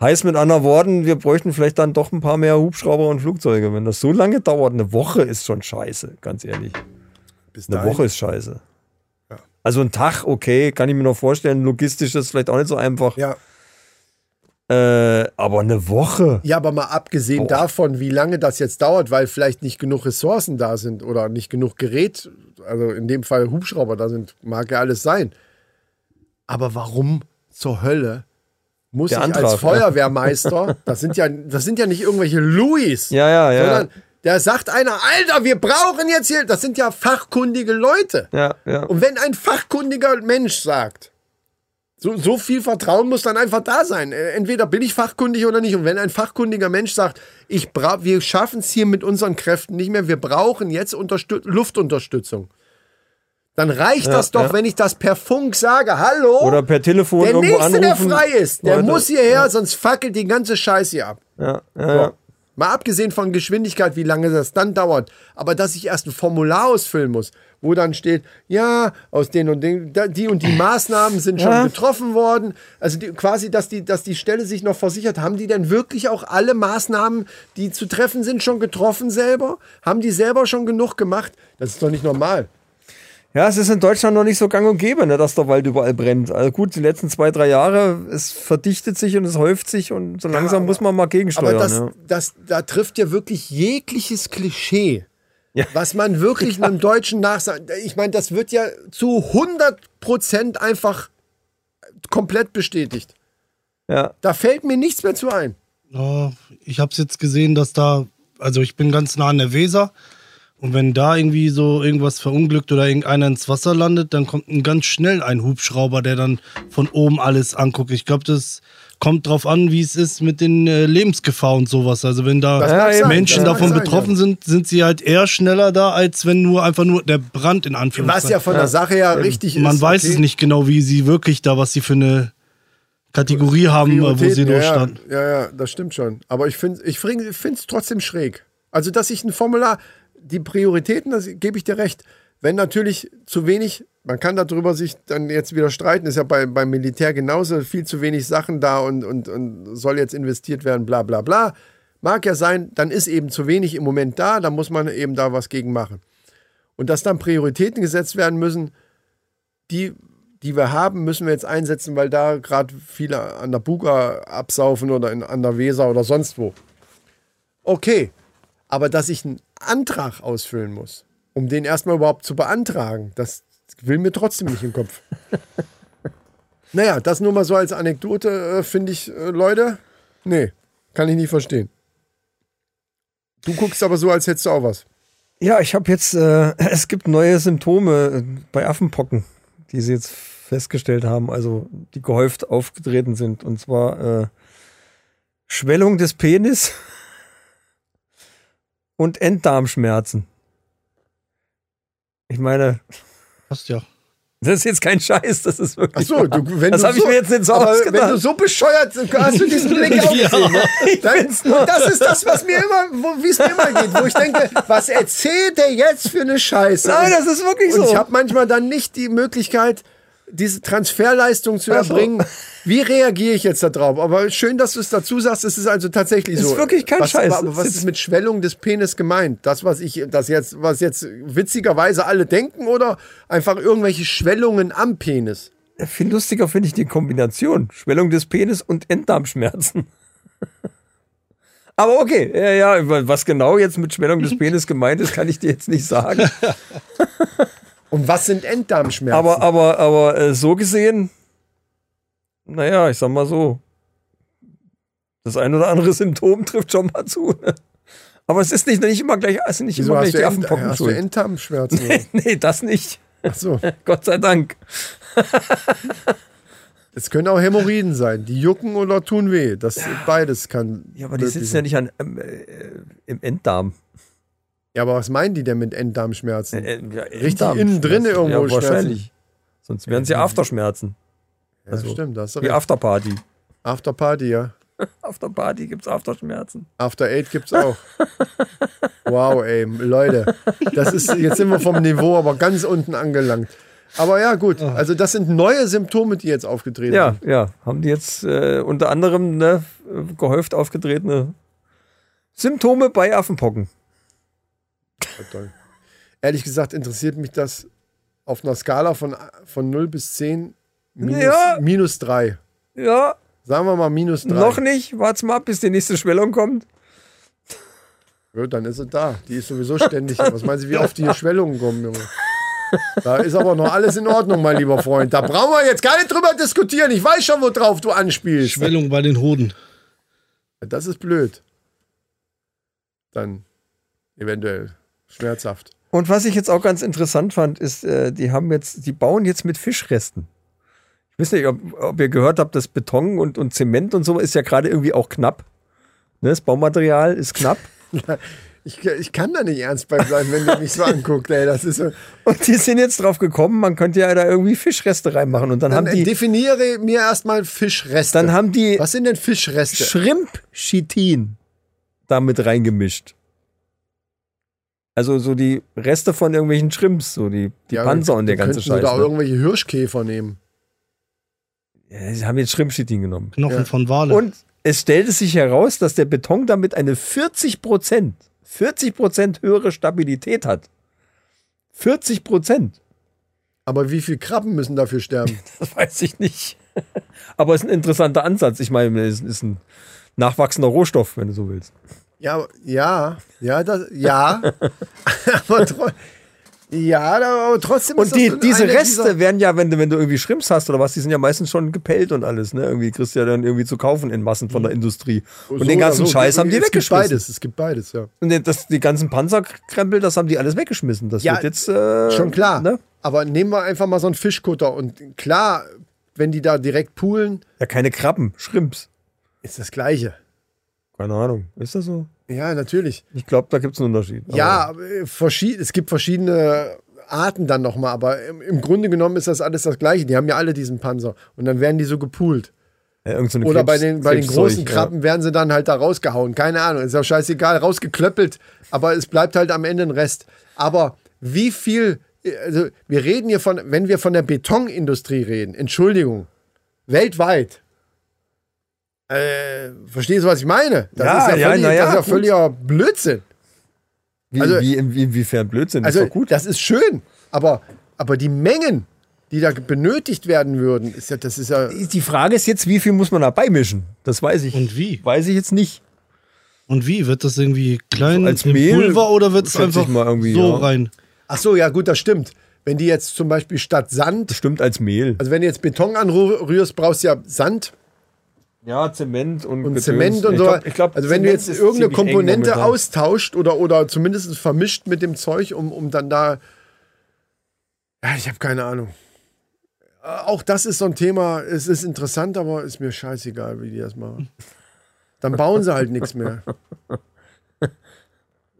D: Heißt mit anderen Worten, wir bräuchten vielleicht dann doch ein paar mehr Hubschrauber und Flugzeuge. Wenn das so lange dauert, eine Woche ist schon scheiße, ganz ehrlich.
C: Bis
D: Eine
C: dahin-
D: Woche ist scheiße. Also ein Tag, okay, kann ich mir noch vorstellen. Logistisch ist vielleicht auch nicht so einfach.
C: Ja.
D: Äh, aber eine Woche.
C: Ja, aber mal abgesehen davon, wie lange das jetzt dauert, weil vielleicht nicht genug Ressourcen da sind oder nicht genug Gerät, also in dem Fall Hubschrauber da sind, mag ja alles sein. Aber warum zur Hölle muss
D: Der
C: ich als
D: Antrag, ja.
C: Feuerwehrmeister, das sind ja, das sind ja nicht irgendwelche Louis,
D: Ja, ja, ja.
C: sondern der sagt einer, Alter, wir brauchen jetzt hier, das sind ja fachkundige Leute.
D: Ja, ja.
C: Und wenn ein fachkundiger Mensch sagt, so, so viel Vertrauen muss dann einfach da sein. Äh, Entweder bin ich fachkundig oder nicht. Und wenn ein fachkundiger Mensch sagt, ich bra wir schaffen es hier mit unseren Kräften nicht mehr, wir brauchen jetzt Unterstü Luftunterstützung, dann reicht das doch,
D: ja.
C: wenn ich das per Funk sage, hallo,
D: Oder per Telefon
C: der
D: irgendwo
C: Nächste,
D: anrufen.
C: der frei ist, der
D: Leute,
C: muss hierher, sonst fackelt die ganze Scheiße hier ab.
D: Ja, ja, ja.
C: Mal abgesehen von Geschwindigkeit, wie lange das dann dauert, aber dass ich erst ein Formular ausfüllen muss, wo dann steht, ja, aus den und den, da- die und die Maßnahmen sind schon getroffen worden. Also die, quasi, dass die, dass die Stelle sich noch versichert, haben die denn wirklich auch alle Maßnahmen, die zu treffen sind, schon getroffen selber? Haben die selber schon genug gemacht? Das ist doch nicht normal.
D: Ja, es ist in Deutschland noch nicht so gang und gäbe, ne, dass der Wald überall brennt. Also gut, die letzten zwei, drei Jahre, es verdichtet sich und es häuft sich und so langsam muss man mal gegensteuern.
C: Aber das,
D: ja.
C: das, da trifft ja wirklich jegliches Klischee,
D: Ja.
C: was man wirklich einem Deutschen nachsagt. Ich meine, das wird ja zu 100% einfach komplett bestätigt.
D: ja.
C: Da fällt mir nichts mehr zu ein.
E: Ja, ich habe es jetzt gesehen, dass da, also ich bin ganz nah an der Weser und wenn da irgendwie so irgendwas verunglückt oder irgendeiner ins Wasser landet, dann kommt ein ganz schnell ein Hubschrauber, der dann von oben alles anguckt. Ich glaube, das kommt drauf an, wie es ist mit den äh, Lebensgefahr und sowas. Also wenn da
C: Das mag
D: eben.
C: sein,
E: Menschen
C: das mag
E: davon
C: sein,
E: betroffen
C: ja.
E: sind, sind sie halt eher schneller da, als wenn nur einfach nur der Brand in
C: Was
E: Anführungszeichen.
C: ja von der Sache ja richtig ist.
E: Man weiß
C: okay?
E: es nicht genau, wie sie wirklich da, was sie für eine Kategorie haben, äh, wo sie
C: Prioritäten, ja,
E: durchstanden.
C: ja, ja, das stimmt schon. Aber ich finde es ich find's trotzdem schräg. Also, dass ich ein Formular, die Prioritäten, das gebe ich dir recht. Wenn natürlich zu wenig, man kann darüber sich dann jetzt wieder streiten, ist ja bei, beim Militär genauso viel zu wenig Sachen da und, und, und soll jetzt investiert werden, bla bla bla. Mag ja sein, dann ist eben zu wenig im Moment da, dann muss man eben da was gegen machen. Und dass dann Prioritäten gesetzt werden müssen, die, die wir haben, müssen wir jetzt einsetzen, weil da gerade viele an der Buga absaufen oder in, an der Weser oder sonst wo. Okay, aber dass ich einen Antrag ausfüllen muss, um den erstmal überhaupt zu beantragen, das will mir trotzdem nicht in den Kopf. naja, das nur mal so als Anekdote, äh, finde ich, äh, Leute, nee, kann ich nicht verstehen. Du guckst aber so, als hättest du auch was.
D: Ja, ich habe jetzt, äh, es gibt neue Symptome äh, bei Affenpocken, die sie jetzt festgestellt haben, also die gehäuft aufgetreten sind. Und zwar äh, Schwellung des Penis und Enddarmschmerzen. Ich meine,
E: Passt ja.
D: das ist jetzt kein Scheiß, das ist
C: Ach
D: wirklich.
C: so, du, wenn
D: das
C: du
D: habe
C: so,
D: ich mir jetzt nicht so
C: aber
D: ausgedacht.
C: Wenn du so bescheuert hast du diesen Blick auch
E: Ja.
C: gesehen. Ne? Dann, das ist das, was mir immer, wo- wie es mir immer geht, wo ich denke, was erzählt der jetzt für eine Scheiße?
D: Nein, das ist wirklich
C: Und
D: so.
C: ich habe manchmal dann nicht die Möglichkeit, diese Transferleistung zu
D: Ach so.
C: erbringen. Wie reagiere ich jetzt da drauf? Aber schön, dass du es dazu sagst, es ist also tatsächlich
D: Ist
C: so.
D: wirklich kein
C: was,
D: Scheiß.
C: Aber was
D: Es ist-
C: ist mit Schwellung des Penis gemeint? Das, was ich, das jetzt, was jetzt witzigerweise alle denken oder einfach irgendwelche Schwellungen am Penis?
D: Viel lustiger finde ich die Kombination. Schwellung des Penis und Enddarmschmerzen. Aber okay, ja, ja, über was genau jetzt mit Schwellung des Penis gemeint ist, kann ich dir jetzt nicht sagen.
C: Und was sind Enddarmschmerzen?
D: Aber, aber, aber äh, so gesehen, naja, ich sag mal so, das ein oder andere Symptom trifft schon mal zu. Ne? Aber es ist nicht, nicht immer gleich, es sind nicht
C: Wieso
D: immer
C: hast
D: gleich
C: du,
D: die
C: End,
D: Affenpocken
C: hast du
D: schuld.
C: Enddarmschmerzen?
D: Nee, das nicht.
C: Ach so.
D: Gott sei Dank.
C: Es können auch Hämorrhoiden sein. Die jucken oder tun weh. Das beides kann.
D: Ja, aber die
C: möglich
D: sitzen ja
C: sein.
D: nicht an, ähm, äh, im Enddarm.
C: Ja, aber was meinen die denn mit Enddarmschmerzen?
D: Äh, ja,
C: Richtig innen drin
D: Schmerzen.
C: irgendwo
D: ja, wahrscheinlich. Sonst wären sie Afterschmerzen. also,
C: ja, stimmt, das ist
D: Wie
C: recht.
D: Afterparty.
C: Afterparty, ja.
D: Afterparty gibt's Afterschmerzen.
C: After Eight gibt's auch. wow, ey, Leute. Das ist, jetzt sind wir vom Niveau aber ganz unten angelangt. Aber ja, gut. Also, das sind neue Symptome, die jetzt aufgetreten
D: Oh. Ja,
C: sind.
D: ja. Haben die jetzt äh, unter anderem ne, gehäuft aufgetretene Symptome bei Affenpocken.
C: Verdammt. Ehrlich gesagt interessiert mich das auf einer Skala von, von 0 bis 10 minus,
D: Ja.
C: minus 3.
D: Ja,
C: Sagen wir mal minus 3.
D: noch nicht. Wart's mal ab, bis die nächste Schwellung kommt.
C: Ja, dann ist sie da. Die ist sowieso ständig. Was meinen Sie, wie oft die hier Schwellungen kommen, Junge? Da ist aber noch alles in Ordnung, mein lieber Freund. Da brauchen wir jetzt gar nicht drüber diskutieren. Ich weiß schon, worauf du anspielst.
E: Schwellung bei den Hoden.
C: Das ist blöd. Dann eventuell schmerzhaft.
D: Und was ich jetzt auch ganz interessant fand, ist, äh, die haben jetzt, die bauen jetzt mit Fischresten. Ich weiß nicht, ob, ob ihr gehört habt, dass Beton und, und Zement und so ist ja gerade irgendwie auch knapp. Ne, das Baumaterial ist knapp.
C: Ich, ich kann da nicht ernst bei bleiben, wenn du mich so anguckst. Ey, das ist so.
D: Und die sind jetzt drauf gekommen, man könnte ja da irgendwie Fischreste reinmachen. Und dann,
C: Dann
D: haben die,
C: definiere mir erstmal Fischreste.
D: dann haben die
C: Was sind denn Fischreste?
D: Shrimp-Chitin. damit reingemischt. Also so die Reste von irgendwelchen Shrimps, so die, die Panzer und der ganze
C: Scheiß.
D: Scheiß.
C: da auch
D: Ne?
C: irgendwelche Hirschkäfer nehmen.
D: Ja, sie haben jetzt Shrimpschittin genommen.
E: Knochen
C: Ja.
E: von Wale.
D: Und es stellte sich heraus, dass der Beton damit eine 40 Prozent, 40 Prozent höhere Stabilität hat. 40 Prozent.
C: Aber wie viele Krabben müssen dafür sterben?
D: Das weiß ich nicht. Aber es ist ein interessanter Ansatz. Ich meine, es ist ein nachwachsender Rohstoff, wenn du so willst.
C: ja, ja, ja, das, ja. aber tro ja, da- aber trotzdem
D: Und die,
C: das
D: diese
C: eine
D: Reste
C: dieser-
D: werden ja, wenn du, wenn du irgendwie Schrimps hast oder was, die sind ja meistens schon gepellt und alles, ne? Irgendwie kriegst du ja dann irgendwie zu kaufen in Massen von der Industrie. Und
C: So
D: den ganzen
C: oder so.
D: Scheiß haben die
C: es Gibt
D: weggeschmissen.
C: beides, es gibt beides, ja.
D: Und den- das, die ganzen Panzerkrempel, das haben die alles weggeschmissen. Das
C: Ja,
D: wird jetzt. Äh,
C: Schon klar.
D: Ne?
C: Aber nehmen wir einfach mal so einen Fischkutter und klar, wenn die da direkt poolen,
D: Ja, keine Krabben, Schrimps.
C: ist das Gleiche.
D: Keine Ahnung. Ist das so?
C: Ja, natürlich.
D: Ich glaube, da gibt es einen Unterschied. Aber-
C: Ja, aber, äh, verschied es gibt verschiedene Arten dann nochmal, aber im, im Grunde genommen ist das alles das Gleiche. Die haben ja alle diesen Panzer und dann werden die so gepoolt.
D: Ja, äh, irgend so eine
C: Oder bei
D: Krebs-
C: den, bei den
D: Krebszeug,
C: großen Krabben werden sie dann halt da rausgehauen. Keine Ahnung, ist ja scheißegal, rausgeklöppelt. Aber es bleibt halt am Ende ein Rest. Aber wie viel, also wir reden hier von, wenn wir von der Betonindustrie reden, Entschuldigung, weltweit. Äh, verstehst du, was ich meine? Das
D: Ja,
C: ist ja,
D: ja,
C: völlig,
D: na ja,
C: das ist ja
D: gut.
C: völliger Blödsinn.
D: Ja. Wie,
C: Also-
D: wie, in- wie, inwiefern Blödsinn?
C: Also,
D: ist doch gut.
C: das ist schön, aber, aber die Mengen, die da benötigt werden würden, ist ja, das ist ja.
D: Die Frage ist jetzt, wie viel muss man dabei mischen? Das weiß ich.
E: Und wie?
D: Weiß ich jetzt nicht.
E: Und wie? Wird das irgendwie klein
D: So als
E: im
D: Mehl
E: Pulver oder wird es
D: schätze ich
E: einfach
D: mal irgendwie,
E: so
D: ja.
E: rein?
C: Ach so, ja, gut, das stimmt. Wenn die jetzt zum Beispiel statt Sand
D: Stimmt als Mehl.
C: Also wenn du jetzt Beton anrührst, brauchst du ja Sand
D: Ja, Zement und,
C: und
D: Gedöns.
C: Zement und
D: Ich
C: so.
D: glaub- ich glaub,
C: also wenn
D: Zement
C: du
D: ist
C: jetzt irgendeine
D: ziemlich eng
C: Komponente
D: momentan.
C: austauscht oder, oder zumindest vermischt mit dem Zeug, um, um dann da... Ja, ich habe keine Ahnung. Äh, Auch das ist so ein Thema, es ist interessant, aber ist mir scheißegal, wie die das machen. Dann bauen sie halt nichts mehr.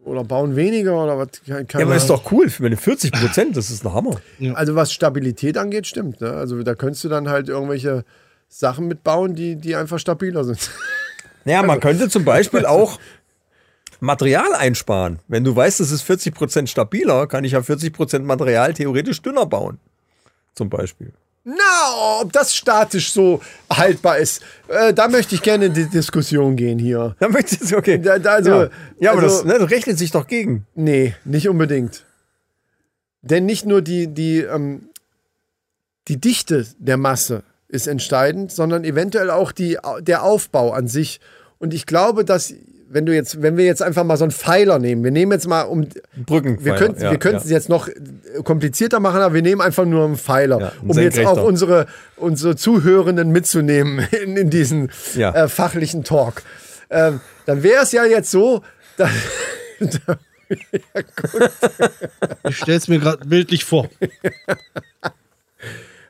C: Oder bauen weniger oder was. Keine
D: Ja, aber
C: Ahnung.
D: ist doch cool. Für meine 40 Prozent, das ist ein Hammer.
C: Also was Stabilität angeht, stimmt. Ne? Also da könntest du dann halt irgendwelche Sachen mitbauen, die, die einfach stabiler sind.
D: Naja, man könnte zum Beispiel auch Material einsparen. Wenn du weißt, es ist 40 Prozent stabiler, kann ich ja 40 Prozent Material theoretisch dünner bauen. Zum Beispiel.
C: Na, ob das statisch so haltbar ist, äh, da möchte ich gerne in die Diskussion gehen hier.
D: Dann möchtest du, okay.
C: Da- da- also-
D: ja. ja, aber
C: also-
D: das, ne, das rechnet sich doch gegen.
C: Nee, nicht unbedingt. Denn nicht nur die, die, ähm, die Dichte der Masse ist entscheidend, sondern eventuell auch die, der Aufbau an sich. Und ich glaube, dass, wenn du jetzt, wenn wir jetzt einfach mal so einen Pfeiler nehmen, wir nehmen jetzt mal um.
D: Brücken.
C: Wir könnten wir könnten es jetzt noch äh, komplizierter machen, aber wir nehmen einfach nur einen Pfeiler,
D: Ja, einen
C: um jetzt
D: Senkrechter.
C: auch unsere, unsere Zuhörenden mitzunehmen in, in diesen
D: Ja.
C: äh, fachlichen Talk. Ähm, dann wäre es ja jetzt so, dass,
E: Ich stell's mir gerade bildlich vor.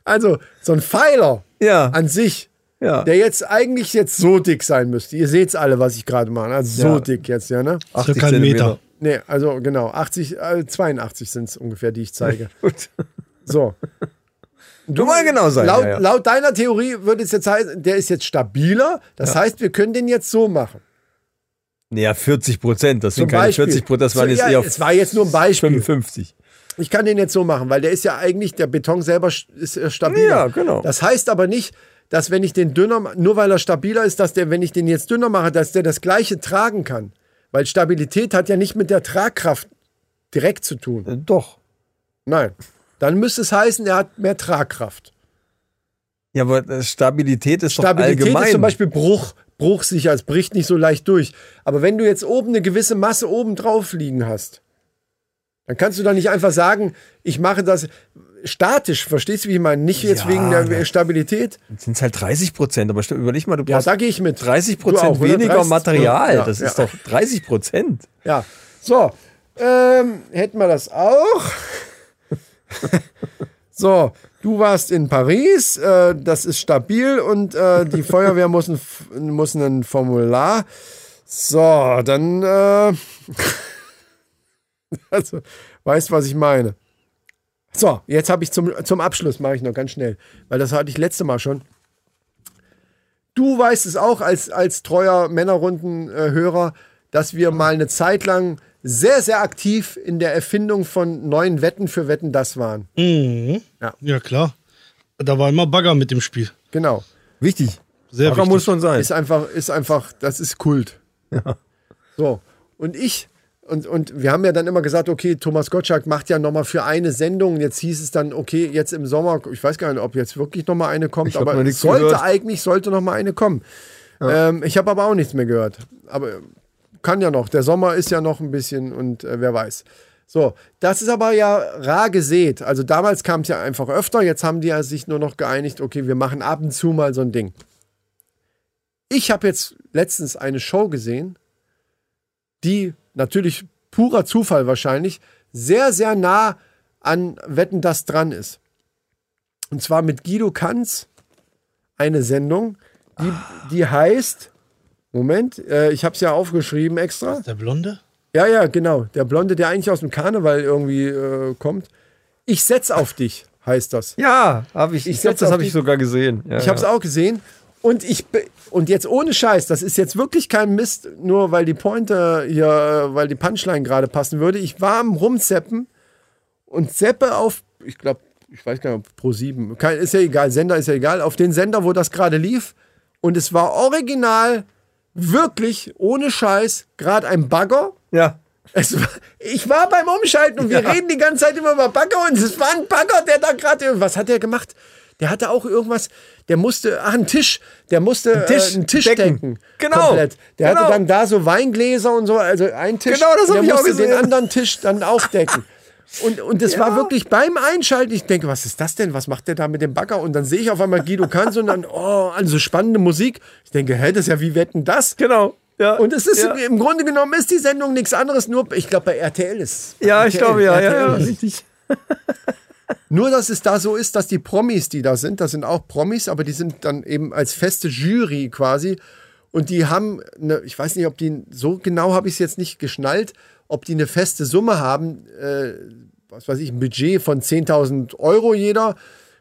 C: also so ein Pfeiler
D: Ja.
C: an sich,
D: Ja.
C: der jetzt eigentlich jetzt so dick sein müsste. Ihr seht es alle, was ich gerade mache. Also so
D: Ja.
C: dick jetzt, ja, ne?
E: Circa einen Meter.
C: Nee, also genau, 80, äh, 82 sind es ungefähr, die ich zeige.
D: Gut.
C: So.
D: Du mal genau sein.
C: laut,
D: ja, ja.
C: laut deiner Theorie würde es jetzt heißen, der ist jetzt stabiler. Das heißt, wir können den jetzt so machen.
D: Naja, 40 Prozent. Das
C: Zum
D: sind keine
C: Beispiel.
D: 40 Prozent, das
C: So,
D: waren jetzt
C: ja,
D: eher
C: es war jetzt nur ein Beispiel.
D: 55.
C: Ich kann den jetzt so machen, weil der ist ja eigentlich, der Beton selber st- ist ja stabiler.
D: Ja, genau.
C: Das heißt aber nicht, dass wenn ich den dünner, ma- nur weil er stabiler ist, dass der, wenn ich den jetzt dünner mache, dass der das gleiche tragen kann. Weil Stabilität hat ja nicht mit der Tragkraft direkt zu tun.
D: Äh, Doch.
C: Nein. Dann müsste es heißen, er hat mehr Tragkraft.
D: Ja, aber äh, Stabilität ist doch
C: Stabilität
D: allgemein.
C: ist zum Beispiel Bruch. Bruchsicher, es bricht nicht so leicht durch. Aber wenn du jetzt oben eine gewisse Masse oben drauf liegen hast, dann kannst du da nicht einfach sagen, ich mache das statisch. Verstehst du, wie ich meine? Nicht jetzt
D: Ja,
C: wegen
D: na.
C: der Stabilität.
D: sind es halt 30 Prozent, aber stell- überleg mal, du
C: Ja,
D: brauchst
C: da gehe ich mit.
D: 30
C: Du
D: Prozent
C: auch, oder?
D: weniger
C: 30?
D: Material.
C: Ja,
D: das
C: ja.
D: ist doch 30 Prozent.
C: Ja. So, ähm, hätten wir das auch. so, du warst in Paris, äh, das ist stabil und äh, die Feuerwehr muss ein, F- muss ein Formular. So, dann, äh, also, weißt, was ich meine. So, jetzt habe ich zum, zum Abschluss, mache ich noch ganz schnell, weil das hatte ich letzte Mal schon. Du weißt es auch als, als treuer Männerrunden-Hörer, dass wir mal eine Zeit lang sehr, sehr aktiv in der Erfindung von neuen Wetten für Wetten das waren.
E: Ja, klar. Da war immer Bagger mit dem Spiel.
C: Genau.
D: Wichtig.
E: Sehr
D: Aber
E: wichtig.
D: muss schon sein.
C: Ist einfach, ist einfach, das ist Kult. So. Und ich, und, und wir haben ja dann immer gesagt, okay, Thomas Gottschalk macht ja nochmal für eine Sendung. Jetzt hieß es dann, okay, jetzt im Sommer, ich weiß gar nicht, ob jetzt wirklich nochmal eine kommt,
D: hab noch
C: aber
D: nichts
C: sollte
D: gehört.
C: eigentlich, sollte nochmal eine kommen. Ähm, ich habe aber auch nichts mehr gehört. Aber kann ja noch. Der Sommer ist ja noch ein bisschen und äh, wer weiß. So, das ist aber ja rar gesät. Also damals kam es ja einfach öfter. Jetzt haben die ja sich nur noch geeinigt, okay, wir machen ab und zu mal so ein Ding. Ich habe jetzt letztens eine Show gesehen, die natürlich purer Zufall wahrscheinlich sehr, sehr nah an Wetten das dran ist. Und zwar mit Guido Kanz eine Sendung, die, die heißt, Moment, äh, ich habe es ja aufgeschrieben extra.
E: Der Blonde?
C: Ja, ja, genau. Der Blonde, der eigentlich aus dem Karneval irgendwie äh, kommt. Ich setz auf dich, heißt das.
D: Ja, habe ich. Ich, glaube,
C: setz
D: das
C: auf
D: habe
C: die-
D: ich sogar gesehen. Ja,
C: Ich habe es
D: ja.
C: auch gesehen. Und ich be- und jetzt ohne Scheiß, das ist jetzt wirklich kein Mist, nur weil die Pointe hier, äh, weil die Punchline gerade passen würde. Ich war am Rumzeppen und zeppe auf, ich glaube, ich weiß gar nicht, Pro 7, kein, ist ja egal, Sender ist ja egal, auf den Sender, wo das gerade lief. Und es war original, wirklich ohne Scheiß, gerade ein Bagger.
D: Ja.
C: Es war, ich war beim Umschalten und wir
D: Ja.
C: reden die ganze Zeit immer über Bagger und es war ein Bagger, der da gerade. Was hat der gemacht? Der hatte auch irgendwas. Der musste. Ach, einen Tisch. Der musste einen
D: Tisch
C: äh, einen Tisch
D: decken.
C: decken.
D: Genau.
C: Komplett. Der
D: Genau.
C: hatte dann da so Weingläser und so. Also einen Tisch.
D: Genau, das hab
C: der
D: ich auch
C: musste
D: gesehen.
C: den anderen Tisch dann aufdecken. Und, und das war wirklich beim Einschalten, ich denke, was ist das denn? Was macht der da mit dem Bagger? Und dann sehe ich auf einmal Guido Kanz und dann, oh, also spannende Musik. Ich denke, hä, das ist ja wie wetten das?
D: Genau. Ja.
C: Und es ist
D: ja.
C: im Grunde genommen ist die Sendung nichts anderes, nur ich glaube bei RTL ist.
D: Ja, ich
C: RTL,
D: glaube, ja, ja,
C: RTL.
D: ja, richtig.
C: Nur, dass es da so ist, dass die Promis, die da sind, das sind auch Promis, aber die sind dann eben als feste Jury quasi. Und die haben, eine, ich weiß nicht, ob die, so genau habe ich es jetzt nicht geschnallt, ob die eine feste Summe haben, äh, was weiß ich, ein Budget von 10.000 Euro jeder,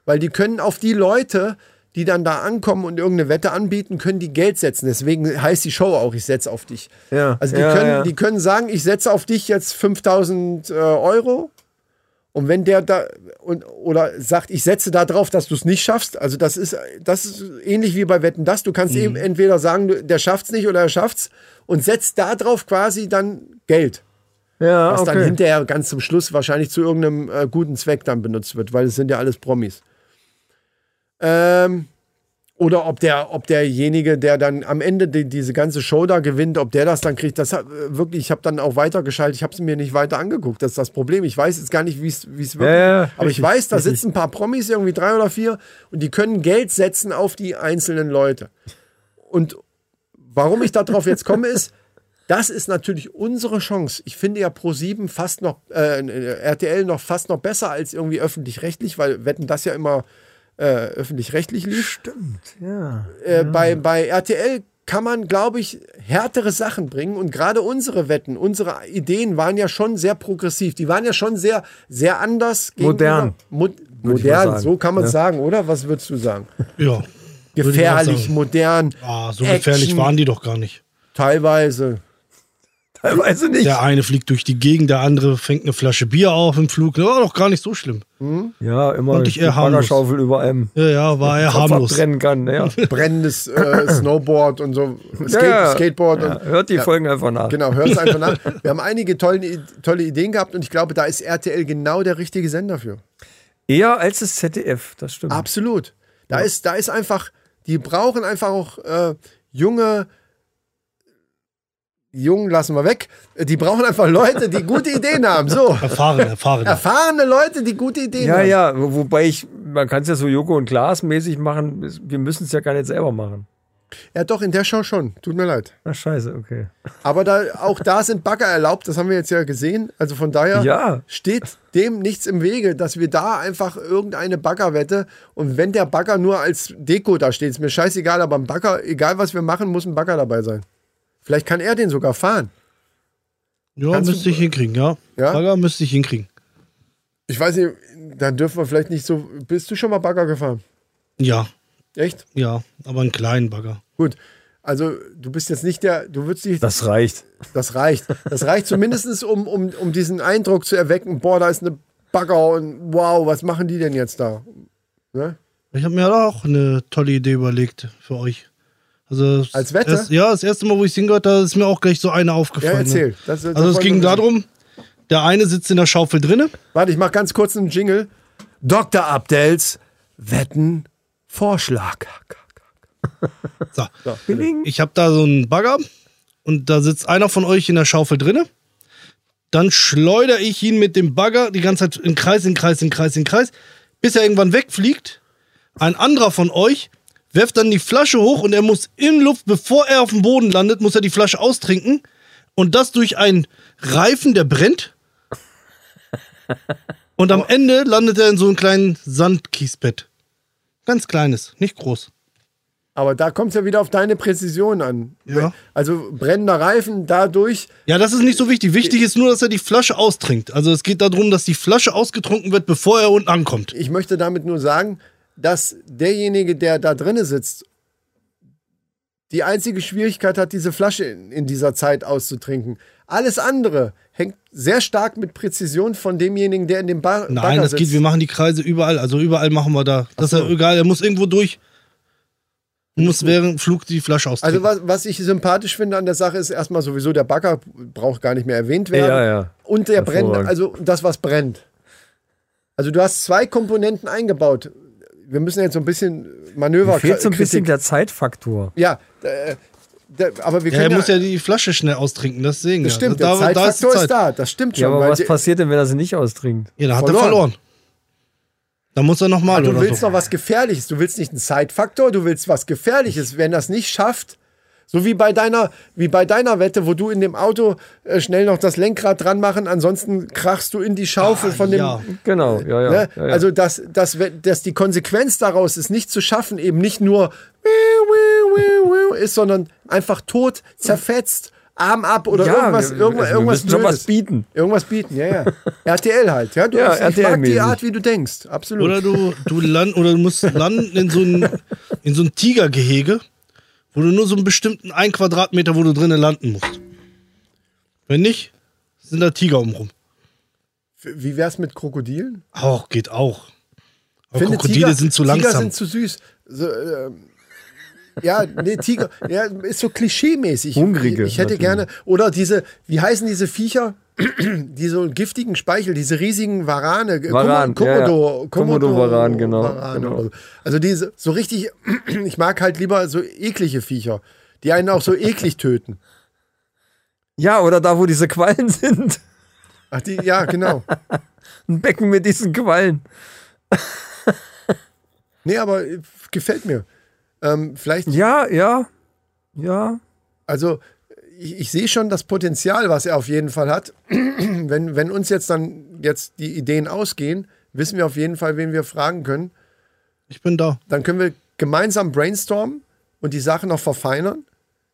C: weil die können auf die Leute, die dann da ankommen und irgendeine Wette anbieten, können die Geld setzen. Deswegen heißt die Show auch, ich setze auf dich.
D: Ja,
C: also die,
D: ja,
C: können,
D: ja.
C: die können sagen, ich setze auf dich jetzt 5.000 äh, Euro und wenn der da und, oder sagt, ich setze da drauf, dass du es nicht schaffst, also das ist, das ist ähnlich wie bei Wetten das. Du kannst eben entweder sagen, du- der schafft's nicht oder er schafft's und setzt da drauf quasi dann Geld,
D: Ja,
C: was dann
D: Ah, okay.
C: hinterher ganz zum Schluss wahrscheinlich zu irgendeinem äh, guten Zweck dann benutzt wird, weil es sind ja alles Promis. Ähm, oder ob der, ob derjenige, der dann am Ende die, diese ganze Show da gewinnt, ob der das dann kriegt, das hab, äh, wirklich, ich habe dann auch weitergeschaltet, ich habe es mir nicht weiter angeguckt, das ist das Problem. Ich weiß jetzt gar nicht, wie es wie es wirklich
D: Ja, ja,
C: Aber
D: richtig,
C: ich weiß, da
D: richtig.
C: sitzen ein paar Promis, irgendwie drei oder vier, und die können Geld setzen auf die einzelnen Leute. Und warum ich darauf jetzt komme, ist, das ist natürlich unsere Chance. Ich finde ja Pro7 fast noch, äh, RTL noch fast noch besser als irgendwie öffentlich-rechtlich, weil Wetten das ja immer äh, öffentlich-rechtlich lief.
D: Stimmt, ja.
C: Äh, bei, bei RTL kann man, glaube ich, härtere Sachen bringen. Und gerade unsere Wetten, unsere Ideen waren ja schon sehr progressiv. Die waren ja schon sehr, sehr anders.
D: Modern.
C: gegenüber- Mo
D: Würde ich mal
C: modern,
D: sagen. ne?
C: so kann man es
D: Ja.
C: sagen, oder? Was würdest du sagen?
E: Ja. Würde ich auch
C: Gefährlich,
E: sagen.
C: modern,
E: Ah, so gefährlich
C: Action.
E: waren die doch gar nicht.
C: teilweise.
D: Teilweise nicht.
E: Der eine fliegt durch die Gegend, der andere fängt eine Flasche Bier auf im Flug. War doch gar nicht so schlimm.
D: Ja, immer
E: Und ich eher harmlos.
D: Baggerschaufel über einem.
E: Ja, ja, war er
D: Kopf
E: harmlos.
D: abbrennen kann. Ja.
C: Brennendes äh, Snowboard und so. Skate,
D: ja.
C: Skateboard.
D: Ja,
C: Und,
D: hört die
C: ja.
D: Folgen einfach nach.
C: Genau, hört es einfach nach. Wir haben einige tolle, tolle Ideen gehabt und ich glaube, da ist RTL genau der richtige Sender für.
D: Eher als das ZDF, das stimmt.
C: Absolut. Da, ist, da ist einfach, die brauchen einfach auch äh, junge, jung lassen wir weg, die brauchen einfach Leute, die gute Ideen haben. So,
E: Erfahren, erfahren.
C: erfahrene Leute, die gute Ideen
D: Ja,
C: haben.
D: ja, wo- wobei ich, man kann es ja so Joko und Glas mäßig machen, wir müssen es ja gar nicht selber machen.
C: ja, doch, in der Show schon. Tut mir leid.
D: Ach scheiße, okay.
C: Aber da, auch da sind Bagger erlaubt, das haben wir jetzt ja gesehen. Also von daher
D: Ja.
C: steht dem nichts im Wege, dass wir da einfach irgendeine Baggerwette und wenn der Bagger nur als Deko da steht, ist mir scheißegal, aber ein Bagger, egal was wir machen, muss ein Bagger dabei sein. Vielleicht kann er den sogar fahren.
E: Ja,
C: Kannst du-
E: müsste ich hinkriegen, ja.
C: Ja?
E: Bagger müsste ich hinkriegen.
C: Ich weiß nicht, da dürfen wir vielleicht nicht so. Bist du schon mal Bagger gefahren?
E: Ja,
C: Echt?
E: ja, aber einen kleinen Bagger.
C: Gut. Also du bist jetzt nicht der, du würdest dich,
D: Das reicht.
C: das reicht. Das reicht zumindest, um, um, um diesen Eindruck zu erwecken, boah, da ist eine Bagger und wow, was machen die denn jetzt da? Ne?
E: Ich habe mir da auch eine tolle Idee überlegt für euch. Also das
C: Als Wette?
E: erst- ja, das erste Mal, wo ich es hingehört habe, ist mir auch gleich so eine
C: Ja,
E: aufgefallen. ne?
C: erzähl. Das- das
E: Also es
C: wollen
E: ging
C: wir wissen.
E: darum, der eine sitzt in der Schaufel drinne.
C: Warte, ich mach ganz kurz einen Jingle. Dr. Abdels Wetten Vorschlag.
E: So. Ich habe da so einen Bagger und da sitzt einer von euch in der Schaufel drinne. Dann schleudere ich ihn mit dem Bagger die ganze Zeit in Kreis, in Kreis, in Kreis, in Kreis, bis er irgendwann wegfliegt. Ein anderer von euch werft dann die Flasche hoch und er muss in Luft, bevor er auf dem Boden landet, muss er die Flasche austrinken und das durch einen Reifen, der brennt. Und am Ende landet er in so einem kleinen Sandkiesbett. Ganz kleines, nicht groß.
C: Aber da kommt es ja wieder auf deine Präzision an.
E: Ja.
C: Also brennender Reifen dadurch.
E: Ja, das ist nicht so wichtig. Wichtig ist nur, dass er die Flasche austrinkt. Also es geht darum, dass die Flasche ausgetrunken wird, bevor er unten ankommt.
C: Ich möchte damit nur sagen, dass derjenige, der da drinne sitzt, die einzige Schwierigkeit hat, diese Flasche in, in dieser Zeit auszutrinken. Alles andere hängt sehr stark mit Präzision von demjenigen, der in dem ba
E: Nein,
C: Bagger
E: das
C: sitzt.
E: geht. Wir machen die Kreise überall. Also überall machen wir da. Das ist ja egal. Er muss irgendwo durch. Muss während dem Flug die Flasche
C: Also
E: austrinken.
C: was, was ich sympathisch finde an der Sache ist erstmal sowieso, der Bagger braucht gar nicht mehr erwähnt werden.
D: Ja, ja.
C: Und der brennt,
D: Hervorragend.
C: also das, was brennt. Also du hast zwei Komponenten eingebaut. Wir müssen jetzt so ein bisschen Manöver...
D: Fehlt so ein
C: Kritik-
D: bisschen der Zeitfaktor.
C: Ja, äh, da, aber wir
E: ja,
C: können
E: er muss ja die Flasche schnell austrinken. Das sehen
C: das stimmt,
E: ja.
C: der Zeitfaktor
E: die
C: ist, da, das stimmt schon.
D: Ja, aber
C: weil
D: was
C: die-
D: passiert denn, wenn er sie nicht austrinkt?
E: Ja, da hat er
C: Verloren.
E: verloren. Da muss er nochmal
C: Ah, du
E: oder
C: willst
E: so.
C: noch was Gefährliches, du willst nicht einen Zeitfaktor, du willst was Gefährliches. Wenn das nicht schafft, so wie bei deiner, wie bei deiner Wette, wo du in dem Auto äh, schnell noch das Lenkrad dran machen, ansonsten krachst du in die Schaufel von dem.
E: ja.
D: Genau, ja, ja.
C: Ne?
D: ja, ja.
C: Also, dass, dass, we- dass die Konsequenz daraus ist, nicht zu schaffen, eben nicht nur ist, sondern einfach tot, zerfetzt, Arm ab oder
D: Ja,
C: irgendwas,
D: wir-
C: irgendwas,
D: also wir
C: irgendwas
D: müssen schon
C: Blödes.
D: was bieten.
C: Irgendwas bieten, ja, ja. RTL halt, ja. Du, ich,
D: Ja,
C: ich mag die
D: RTL-mäßig.
C: Art, wie du denkst, absolut.
E: Oder du, du land, oder du musst landen in so ein, in so ein Tigergehege, wo du nur so einen bestimmten ein Quadratmeter, wo du drinnen landen musst. Wenn nicht, sind da Tiger um umrum.
C: wie wär's mit Krokodilen?
E: Auch geht auch.
D: Oh,
E: Aber
C: Finde
E: Krokodile
C: Tiger-
E: sind zu
C: Tiger
E: langsam.
C: sind zu süß. So, ähm, ja, nee, Tiger, ja, ist so klischeemäßig.
D: Hungrige,
C: Ich, ich hätte
D: natürlich.
C: gerne, oder diese, wie heißen diese Viecher? diese giftigen Speichel, diese riesigen Warane. äh,
D: Waran,
C: Komo-
D: ja, ja.
C: Komodo,
D: Komodo-Waran, genau,
C: Warane
D: genau.
C: oder so. Also diese, so richtig, ich mag halt lieber so eklige Viecher, die einen auch so eklig töten.
D: ja, oder da, wo diese Quallen sind.
C: Ach, die, ja, genau.
D: Ein Becken mit diesen Quallen.
C: Nee, aber äh, gefällt mir. Ähm, vielleicht
D: Ja, ja, ja.
C: Also ich, ich sehe schon das Potenzial, was er auf jeden Fall hat. wenn, wenn uns jetzt dann jetzt die Ideen ausgehen, wissen wir auf jeden Fall, wen wir fragen können.
E: Ich bin da.
C: Dann können wir gemeinsam brainstormen und die Sache noch verfeinern.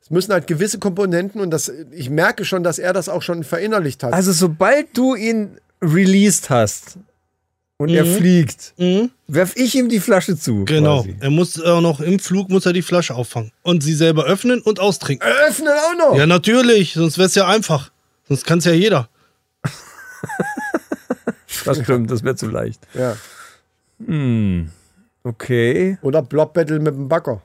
C: Es müssen halt gewisse Komponenten und das, ich merke schon, dass er das auch schon verinnerlicht hat.
D: Also, sobald du ihn released hast und er fliegt, werf ich ihm die Flasche zu.
E: Genau.
D: quasi.
E: Er muss auch noch im Flug muss er die Flasche auffangen und sie selber öffnen und austrinken.
C: Öffnen auch noch.
E: Ja, natürlich, sonst wäre es ja einfach. Sonst kann es ja jeder.
D: Das stimmt, das wäre zu leicht.
C: Ja.
E: Mhm.
D: Okay.
C: Oder Blob Battle mit dem Bagger.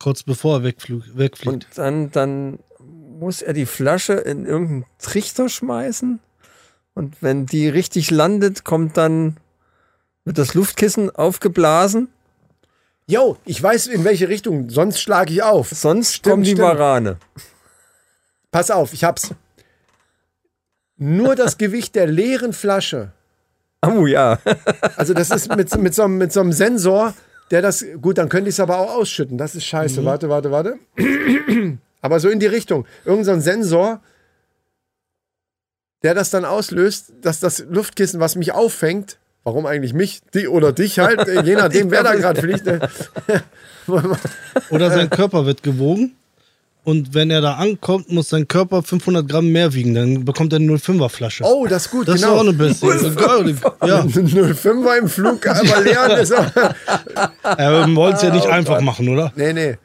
E: Kurz bevor er wegflug, wegfliegt.
D: Und dann, dann muss er die Flasche in irgendeinen Trichter schmeißen. Und wenn die richtig landet, kommt dann, wird das Luftkissen aufgeblasen.
C: Jo, ich weiß in welche Richtung, sonst schlage ich auf.
D: Sonst
C: Stimmt,
D: kommen die
C: stimmt.
D: Warane.
C: Pass auf, ich hab's. Nur das Gewicht der leeren Flasche
D: Oh ja.
C: Also das ist mit, mit, so, einem- mit so einem Sensor, der das. Gut, dann könnte ich es aber auch ausschütten. Das ist scheiße.
E: Mhm.
C: Warte, warte, warte. Aber so in die Richtung. Irgend so ein Sensor, der das dann auslöst, dass das Luftkissen, was mich auffängt, warum eigentlich mich, die oder dich halt, äh, je ne? nachdem, wer da gerade fliegt. äh,
E: Oder sein Körper wird gewogen Und wenn er da ankommt, muss sein Körper 500 Gramm mehr wiegen. Dann bekommt er eine 05er Flasche.
C: Oh, das ist gut,
E: das
C: genau.
E: ist auch eine beste. Geil, ja.
C: 05er im Flug, aber leer ist er.
E: Aber wir wollen es ähm, ja
C: Ah,
E: nicht einfach machen, oder?
C: Nee, nee.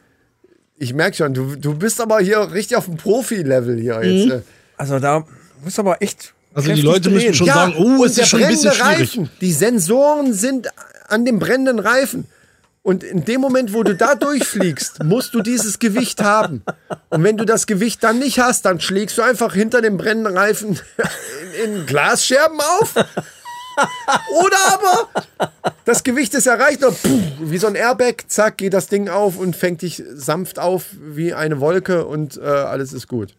C: Ich merke schon, du, du bist aber hier richtig auf dem Profi-Level hier jetzt.
E: Mhm.
C: äh.
D: Also da muss aber echt.
E: Also die
D: kräftig
E: Leute müssen
D: drehen.
E: schon- sagen, oh, es
C: der
E: ist schon ein bisschen
C: brennende
E: schwierig.
C: Reifen, die Sensoren sind an dem brennenden Reifen. Und in dem Moment, wo du da durchfliegst, musst du dieses Gewicht haben. Und wenn du das Gewicht dann nicht hast, dann schlägst du einfach hinter dem brennenden Reifen in, in Glasscherben auf. Oder aber das Gewicht ist erreicht und puh, wie so ein Airbag, zack, geht das Ding auf und fängt dich sanft auf wie eine Wolke und äh, alles ist gut.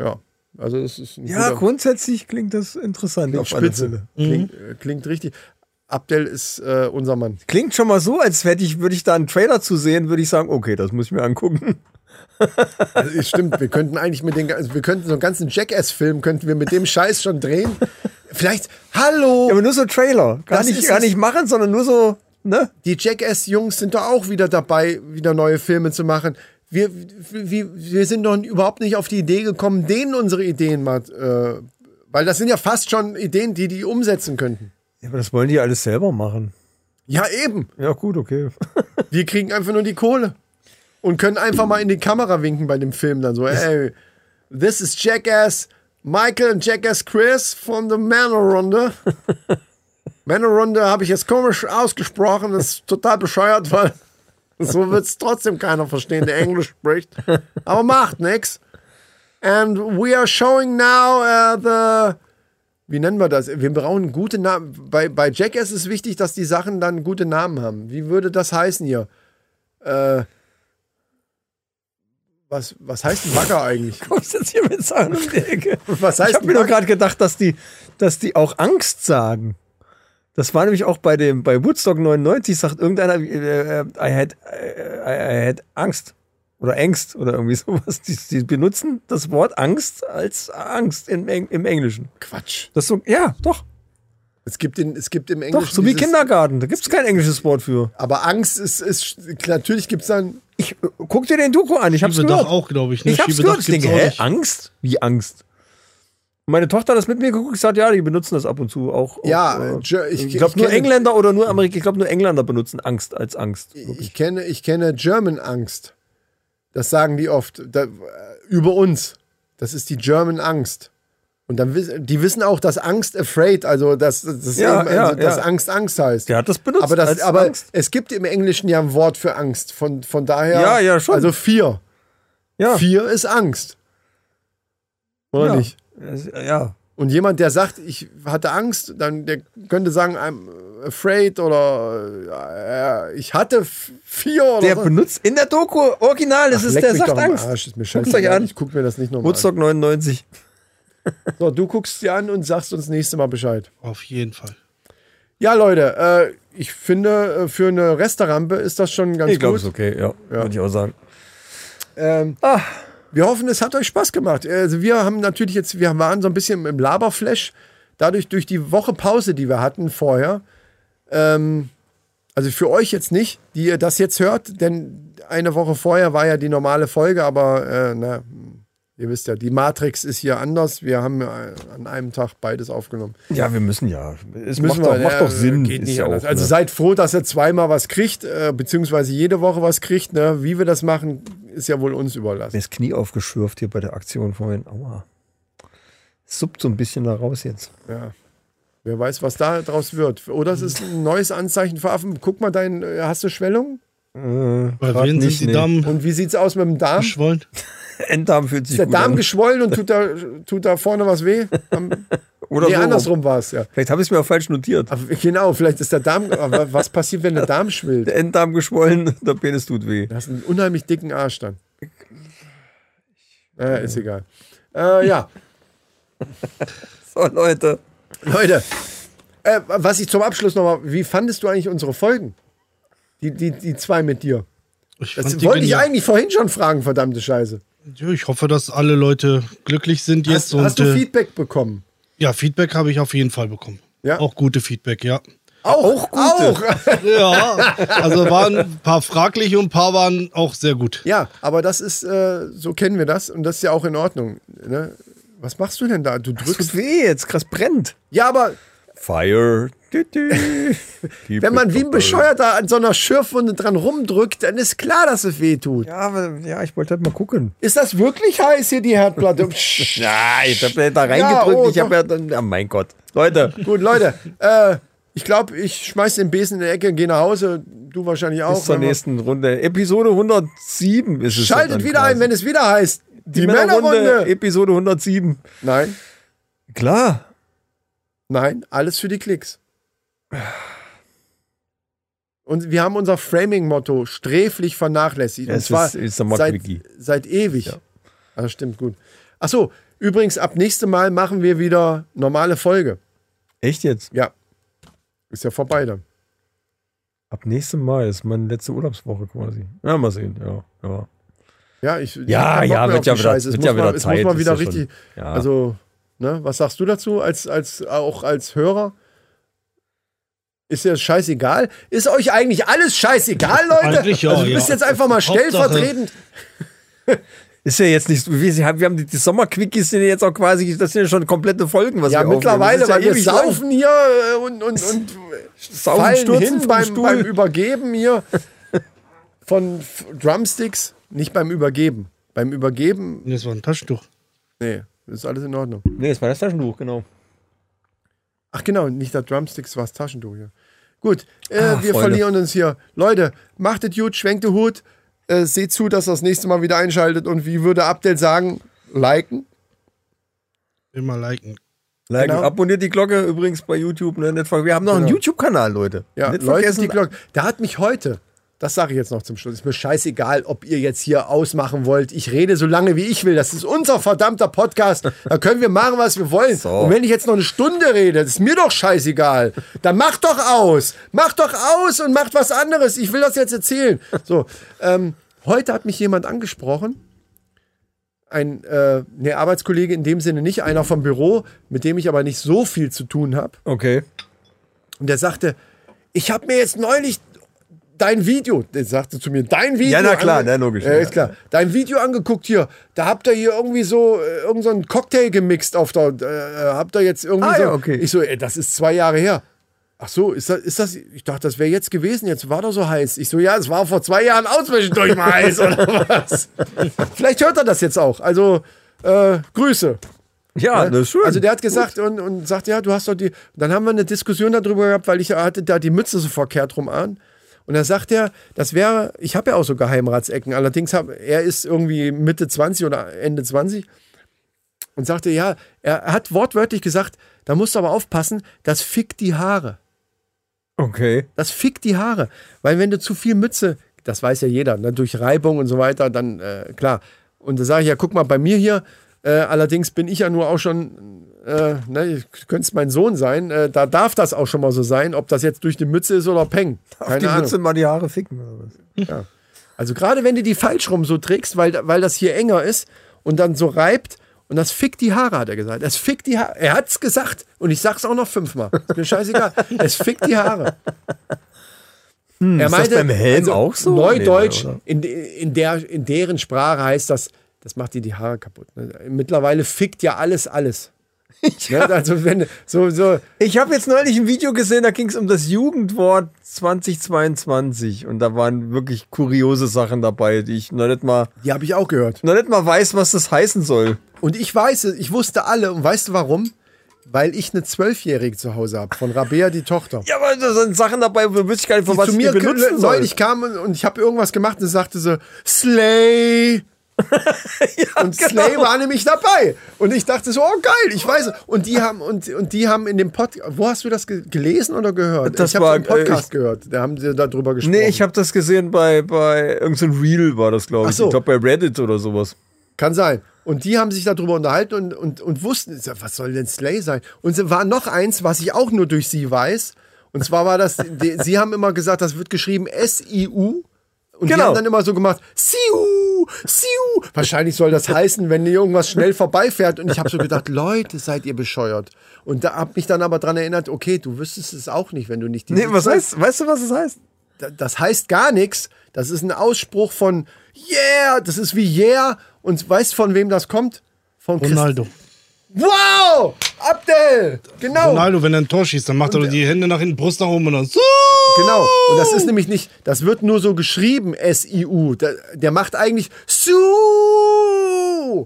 C: Ja, also das ist ein
D: Ja,
C: guter-
D: grundsätzlich klingt das interessant.
C: Klingt
D: auf alle
C: spitze.
D: Fälle.
C: Klingt, äh, klingt richtig. Abdel ist äh, unser Mann.
D: Klingt schon mal so, als hätte ich, würde ich da einen Trailer zu sehen, würde ich sagen, okay, das muss ich mir angucken.
C: Also, es stimmt, wir könnten eigentlich mit den, also wir könnten so einen ganzen Jackass-Film könnten wir mit dem Scheiß schon drehen. Vielleicht, hallo,
D: Aber nur so Trailer. Gar
C: Das
D: nicht,
C: ist
D: gar
C: es.
D: nicht machen, sondern nur so, ne?
C: die Jackass-Jungs sind doch auch wieder dabei, wieder neue Filme zu machen. Wir, wir, wir sind doch überhaupt nicht auf die Idee gekommen, denen unsere Ideen mal, äh, weil das sind ja fast schon Ideen, die die umsetzen könnten.
D: Ja, aber das wollen die alles selber machen.
C: Ja, eben.
D: Ja, gut, okay.
C: Wir kriegen einfach nur die Kohle. Und können einfach mal in die Kamera winken bei dem Film dann so, ey, this is Jackass Michael und Jackass Chris von der Männerrunde. Männerrunde habe ich jetzt komisch ausgesprochen, das ist total bescheuert, weil so wird es trotzdem keiner verstehen, der Englisch spricht. Aber macht nix. And we are showing now uh, the wie nennen wir das? Wir brauchen gute Namen. Bei, bei Jackass ist wichtig, dass die Sachen dann gute Namen haben. Wie würde das heißen hier? Äh, was, was heißt ein Bagger eigentlich?
D: Kommst jetzt hier mit Sachen um die Ecke?
C: Was heißt
D: ich habe mir
C: ein
D: doch
C: Bagger?
D: gerade gedacht, dass die, dass die auch Angst sagen. Das war nämlich auch bei dem, bei Woodstock 99 sagt irgendeiner, äh, äh, I had, äh, I, I had Angst. Oder Ängst oder irgendwie sowas. Die, die benutzen das Wort Angst als Angst im, Eng- im Englischen.
C: Quatsch.
D: Das so, ja, doch,
C: Es gibt, in, es gibt im
D: doch,
C: Englischen.
D: so wie
C: dieses-
D: Kindergarten. Da gibt's kein englisches Wort für.
C: Aber Angst ist. ist natürlich gibt es dann.
D: Ich, äh, guck dir den Doku an, ich hab's
E: Schiebedach
D: gehört.
E: auch, glaube ich, ne?
D: Ich hab's
E: Schiebedach
D: gehört, ich denke,
E: gibt's auch
D: hä,
E: nicht.
D: Angst? Wie Angst? Meine Tochter hat das mit mir geguckt, gesagt, ja, die benutzen das ab und zu auch.
C: Ja,
D: auch,
C: äh,
D: äh,
C: Jer- ich-
D: ich,
C: ich
D: glaube nur
C: kenne-
D: Engländer oder nur Amerikaner, ich glaube nur Engländer benutzen Angst als Angst.
C: Ich kenne, ich kenne German Angst. Das sagen die oft. Da, äh, über uns. Das ist die German Angst. Und dann wiss- die wissen auch, dass Angst afraid, also dass, dass,
D: Ja,
C: eben,
D: ja,
C: also, dass
D: ja.
C: Angst Angst heißt.
D: Der hat das benutzt
C: Aber, das,
D: als
C: aber
D: Angst.
C: es gibt im Englischen ja ein Wort für Angst. Von, von daher.
D: Ja, ja, schon.
C: Also vier.
D: Ja,
C: Vier ist Angst. Oder
D: ja.
C: nicht?
D: Äh, Ja.
C: Und jemand, der sagt, ich hatte Angst, dann der könnte sagen, I'm afraid oder äh, ich hatte f- vier oder
D: Der
C: so.
D: benutzt in der Doku original, das ist
C: Leck
D: der
C: mich
D: sagt
C: doch am
D: Angst.
C: Arsch, ist mir
D: Guckt's euch
C: scheißegal.
D: an.
C: Ich guck mir das nicht nochmal an.
D: Woodstock 99.
C: So, du guckst dir an und sagst uns nächstes Mal Bescheid.
E: Auf jeden Fall.
C: Ja, Leute, äh, ich finde, äh, für eine Resterampe ist das schon ganz
D: Ich glaube,
C: gut.
D: ist okay, ja, Würde ich auch sagen.
C: Ähm,
D: Ah.
C: Wir hoffen, es hat euch Spaß gemacht. Also wir haben natürlich jetzt, wir waren so ein bisschen im Laberflash. Dadurch, durch die Woche Pause, die wir hatten vorher, ähm, also für euch jetzt nicht, die ihr das jetzt hört, denn eine Woche vorher war ja die normale Folge, aber äh, na, ihr wisst ja, die Matrix ist hier anders. Wir haben äh, an einem Tag beides aufgenommen.
D: Ja, wir müssen ja. Es
C: Müssen
D: macht, doch,
C: wir,
D: macht
C: ja,
D: doch Sinn.
C: Geht
D: ist
C: nicht
D: ja
C: anders.
D: auch,
C: also
D: ne?
C: seid froh, dass ihr zweimal was kriegt, äh, beziehungsweise jede Woche was kriegt. Ne? Wie wir das machen, ist ja wohl uns überlassen.
D: Mir ist Knie aufgeschürft hier bei der Aktion vorhin. Aua. Suppt so ein bisschen da raus jetzt.
C: Wer weiß, was da draus wird. Oder es ist ein neues Anzeichen für Affen. Guck mal, dein, äh, hast du Schwellung?
E: Bei
D: Grad
E: wem
D: nicht,
E: sind die
D: nee.
E: Damen
C: Und wie sieht's aus mit dem Darm? Ist
E: geschwollen?
D: Enddarm fühlt sich
C: der
D: gut
C: Darm
D: an.
C: geschwollen und tut da, tut da vorne was weh? Am,
D: Oder
C: nee,
D: so.
C: andersrum war es ja.
D: Vielleicht habe ich es mir auch falsch notiert.
C: Aber genau, vielleicht ist der Darm. Aber was passiert, wenn der Darm schwillt?
D: Der Enddarm geschwollen, der Penis tut weh.
C: Du hast einen unheimlich dicken Arsch dann. Naja, ist egal. Äh, ja.
D: So, Leute.
C: Leute, äh, was ich zum Abschluss nochmal, wie fandest du eigentlich unsere Folgen? Die, die, die zwei mit dir.
E: Ich
C: Das
E: fand die
C: wollte ich
E: genial.
C: eigentlich vorhin schon fragen, verdammte Scheiße.
E: Ja, Ich hoffe, dass alle Leute glücklich sind jetzt.
C: hast, hast
E: und,
C: du
E: äh,
C: Feedback bekommen?
E: Ja, Feedback habe ich auf jeden Fall bekommen.
C: Ja?
E: Auch gute Feedback, ja.
C: Auch,
D: gute.
E: Ja, also waren ein paar fragliche und ein paar waren auch sehr gut.
C: Ja, aber das ist, äh, so kennen wir das und das ist ja auch in Ordnung. Ne? Was machst du denn da? Du
D: Das
C: drückst.
D: tut weh, jetzt krass brennt.
C: Ja, aber
D: Fire.
C: wenn man wie ein Bescheuerter an so einer Schürfwunde dran rumdrückt, dann ist klar, dass es weh tut.
D: Ja, aber, ja, ich wollte halt mal gucken.
C: Ist das wirklich heiß hier, die Herdplatte? oh, Psch.
D: Ja, ich habe da
C: reingedrückt, ich hab
D: habe ja dann. Ja, mein Gott. Leute.
C: Gut, Leute, äh, ich glaube, ich schmeiß den Besen in die Ecke und gehe nach Hause. Du wahrscheinlich auch.
D: Bis zur
C: wenn wir-
D: nächsten Runde. Episode 107 ist es. ja
C: Schaltet
D: dann
C: wieder
D: quasi.
C: ein, wenn es wieder heißt. Die,
D: Die
C: Männerrunde.
D: Männerrunde, Episode 107.
C: Nein,
D: Klar.
C: nein, alles für die Klicks. Und wir haben unser Framing-Motto sträflich vernachlässigt.
D: Ja,
C: und
D: es
C: zwar
D: ist- ist der Mark
C: seit,
D: Wiki.
C: seit ewig. Ah, stimmt, gut. Achso, übrigens, ab nächstem Mal machen wir wieder normale Folge.
D: Echt jetzt?
C: Ja. Ist ja vorbei dann.
D: Ab nächstem Mal ist meine letzte Urlaubswoche quasi. Ja, mal sehen. Ja, ja.
C: Ja, ich, ich hab
D: Ja,
C: keinen Bock
D: ja,
C: mehr
D: wird
C: auf
D: ja
C: die
D: wieder-
C: Scheiße. Es
D: wird
C: muss
D: ja
C: mal-
D: wieder
C: es
D: Zeit,
C: Muss mal
D: ist
C: wieder
D: ja schon-
C: richtig.
D: Ja.
C: Also, ne, was sagst du dazu als als auch als Hörer? Ist ja scheißegal. Ist euch eigentlich alles scheißegal, Leute?
E: Eigentlich ja,
C: also, du
E: ja.
C: bist jetzt einfach mal
E: Hauptsache-
C: stellvertretend.
D: Ist ja jetzt nicht so. Wir, sie haben- wir haben die, die Sommerquickies sind ja jetzt auch quasi, das sind ja schon komplette Folgen, was
C: Ja,
D: Also, wir
C: mittlerweile, weil wir
D: aufnehmen. Das ist ja ewig
C: saufen hier äh, und, und, und
D: lang. saufen,
C: fallen
D: stürzen
C: hin
D: vom
C: beim,
D: Stuhl.
C: beim Übergeben hier von F Drumsticks. Nicht beim Übergeben. Beim Übergeben,
E: Das war ein Taschentuch.
C: nee, ist alles in Ordnung.
D: nee, das war das Taschentuch, genau.
C: Ach genau, nicht das Drumsticks, war das Taschentuch. Ja. Gut, äh,
D: Ah,
C: wir
D: Freunde.
C: verlieren uns hier. Leute, macht es gut, schwenkt den Hut, äh, seht zu, dass ihr das nächste Mal wieder einschaltet und wie würde Abdel sagen, liken.
E: Immer liken.
D: Like,
C: Genau.
D: Abonniert die Glocke übrigens bei YouTube. Ne? Nicht ver- Wir haben noch einen
C: Genau.
D: YouTube-Kanal, Leute.
C: Ja,
D: nicht
C: läutet
D: vergessen.
C: die Glocke. Da hat mich heute, das sage ich jetzt noch zum Schluss, ist mir scheißegal, ob ihr jetzt hier ausmachen wollt. Ich rede so lange, wie ich will. Das ist unser verdammter Podcast. Da können wir machen, was wir wollen.
D: So.
C: Und wenn ich jetzt noch eine Stunde rede, das ist mir doch scheißegal. Dann macht doch aus. Macht doch aus und macht was anderes. Ich will das jetzt erzählen. So, ähm, heute hat mich jemand angesprochen. Ein äh, ne, Arbeitskollege in dem Sinne nicht, einer vom Büro, mit dem ich aber nicht so viel zu tun habe.
D: Okay.
C: Und der sagte, ich habe mir jetzt neulich dein Video, der sagte zu mir, dein Video.
D: Ja, na klar,
C: ange-
D: na, logisch,
C: Ja,
D: ja.
C: ist klar. Dein Video angeguckt hier, da habt ihr hier irgendwie so äh, irgendeinen so einen Cocktail gemixt auf der, äh, habt ihr jetzt irgendwie
D: Ah,
C: so.
D: ja, okay.
C: Ich so, ey, das ist zwei Jahre her. Ach so, ist das, ist das, ich dachte, das wäre jetzt gewesen, jetzt war doch so heiß. Ich so, ja, es war vor zwei Jahren auch zwischendurch mal heiß oder was. Vielleicht hört er das jetzt auch. Also, äh, Grüße.
D: Ja, das ist schön.
C: Also der hat gesagt und, und sagt, ja, du hast doch die. Dann haben wir eine Diskussion darüber gehabt, weil ich hatte da die Mütze so verkehrt rum an. Und da sagt er, das wäre, ich habe ja auch so Geheimratsecken, allerdings hab, er ist irgendwie Mitte 20 oder Ende 20 und sagte, ja, er hat wortwörtlich gesagt, da musst du aber aufpassen, das fickt die Haare.
D: okay.
C: Das fickt die Haare. Weil wenn du zu viel Mütze, das weiß ja jeder, ne, durch Reibung und so weiter, dann äh, klar. Und da sage ich ja, guck mal, bei mir hier, äh, allerdings bin ich ja nur auch schon, äh, ne, könnte es mein Sohn sein, äh, da darf das auch schon mal so sein, ob das jetzt durch die Mütze ist oder Peng.
D: Auf die
C: Keine Ahnung.
D: Mütze mal die Haare ficken oder was?
C: Also gerade wenn du die falsch rum so trägst, weil, weil das hier enger ist und dann so reibt und das fickt die Haare, hat er gesagt. Es fickt die Haare. Er hat's gesagt und ich sag's auch noch fünfmal. Ist mir scheißegal. es fickt die Haare. er
D: Hm,
C: also
D: das beim Helm auch so?
C: Neudeutsch,
D: Nee, oder?
C: in, in, der, in deren Sprache heißt das, das macht dir die Haare kaputt. Ne? Mittlerweile fickt ja alles alles. Ne? Also wenn so, so,
D: Ich habe jetzt neulich ein Video gesehen, da ging es um das Jugendwort 2022 und da waren wirklich kuriose Sachen dabei, die ich noch nicht mal,
C: die habe ich auch gehört.
D: noch nicht mal weiß, was das heißen soll.
C: Und ich weiß es, ich wusste alle. Und weißt du warum? Weil ich eine Zwölfjährige zu Hause habe, von Rabea die Tochter.
D: Ja, aber da sind Sachen dabei, wo wüsste ich gar nicht, von
C: die
D: was
C: zu
D: ich die
C: mir
D: benutzen soll.
C: neulich kam und, und ich habe irgendwas gemacht und sagte so, Slay. und
D: genau.
C: Slay war nämlich dabei. Und ich dachte so, oh geil, ich weiß. es. Und die haben, und, und die haben in dem Podcast, wo hast du das ge gelesen oder gehört?
D: Das
C: ich habe
D: war,
C: so einen Podcast
D: äh, ich-
C: gehört, da haben sie darüber gesprochen.
D: Nee, ich habe das gesehen bei, bei irgendein Reel war das, glaube
C: Ach
D: ich.
C: so.
D: Ich glaube bei Reddit oder sowas.
C: Kann sein. Und die haben sich darüber unterhalten und, und, und wussten, ich sag, was soll denn Slay sein? Und es war noch eins, was ich auch nur durch sie weiß. Und zwar war das, die, sie haben immer gesagt, das wird geschrieben S-I-U. Und die
D: Genau.
C: haben dann immer so gemacht, Siu, Siu, Wahrscheinlich soll das heißen, wenn irgendwas schnell vorbeifährt. Und ich habe so gedacht, Leute, seid ihr bescheuert. Und da habe mich dann aber dran erinnert, okay, du wüsstest es auch nicht, wenn du nicht die
D: Nee, was heißt, weißt du, was es heißt?
C: Da- das heißt gar nichts. Das ist ein Ausspruch von Yeah, das ist wie Yeah. Und weißt von wem das kommt? Von Christ-
E: Ronaldo.
C: Wow! Abdel! Genau!
E: Ronaldo, wenn er ein Tor schießt, dann macht er doch die Hände nach hinten, Brust nach oben und dann so.
C: Genau. Und das ist nämlich nicht, das wird nur so geschrieben, S-I-U. Der, der macht eigentlich Su.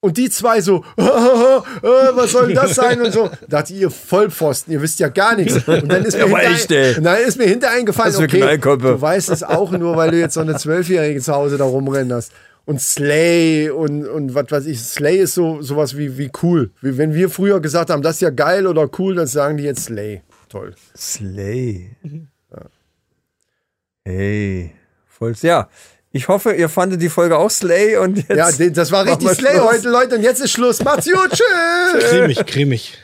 C: Und die zwei so, äh, was soll denn das sein und so. Dachte ihr Vollpfosten, ihr wisst ja gar nichts. Und dann ist mir,
D: Ja, aber
C: hinter,
D: echt, ey.
C: und dann ist mir hinter eingefallen,
D: Was für
C: okay,
D: Knallköpfe.
C: du weißt es auch nur, weil du jetzt so eine Zwölfjährige zu Hause da rumrennen hast. Und Slay und, und was weiß ich, Slay ist so sowas wie, wie cool. Wie, wenn wir früher gesagt haben, das ist ja geil oder cool, dann sagen die jetzt Slay. Toll.
D: Slay. Hey. Voll, ja. Ich hoffe, ihr fandet die Folge auch Slay und jetzt.
C: Ja, de- das war
D: machen
C: richtig
D: wir
C: Slay
D: Schluss.
C: heute, Leute. Und jetzt ist Schluss. Macht's gut. Tschüss.
E: Cremig, cremig.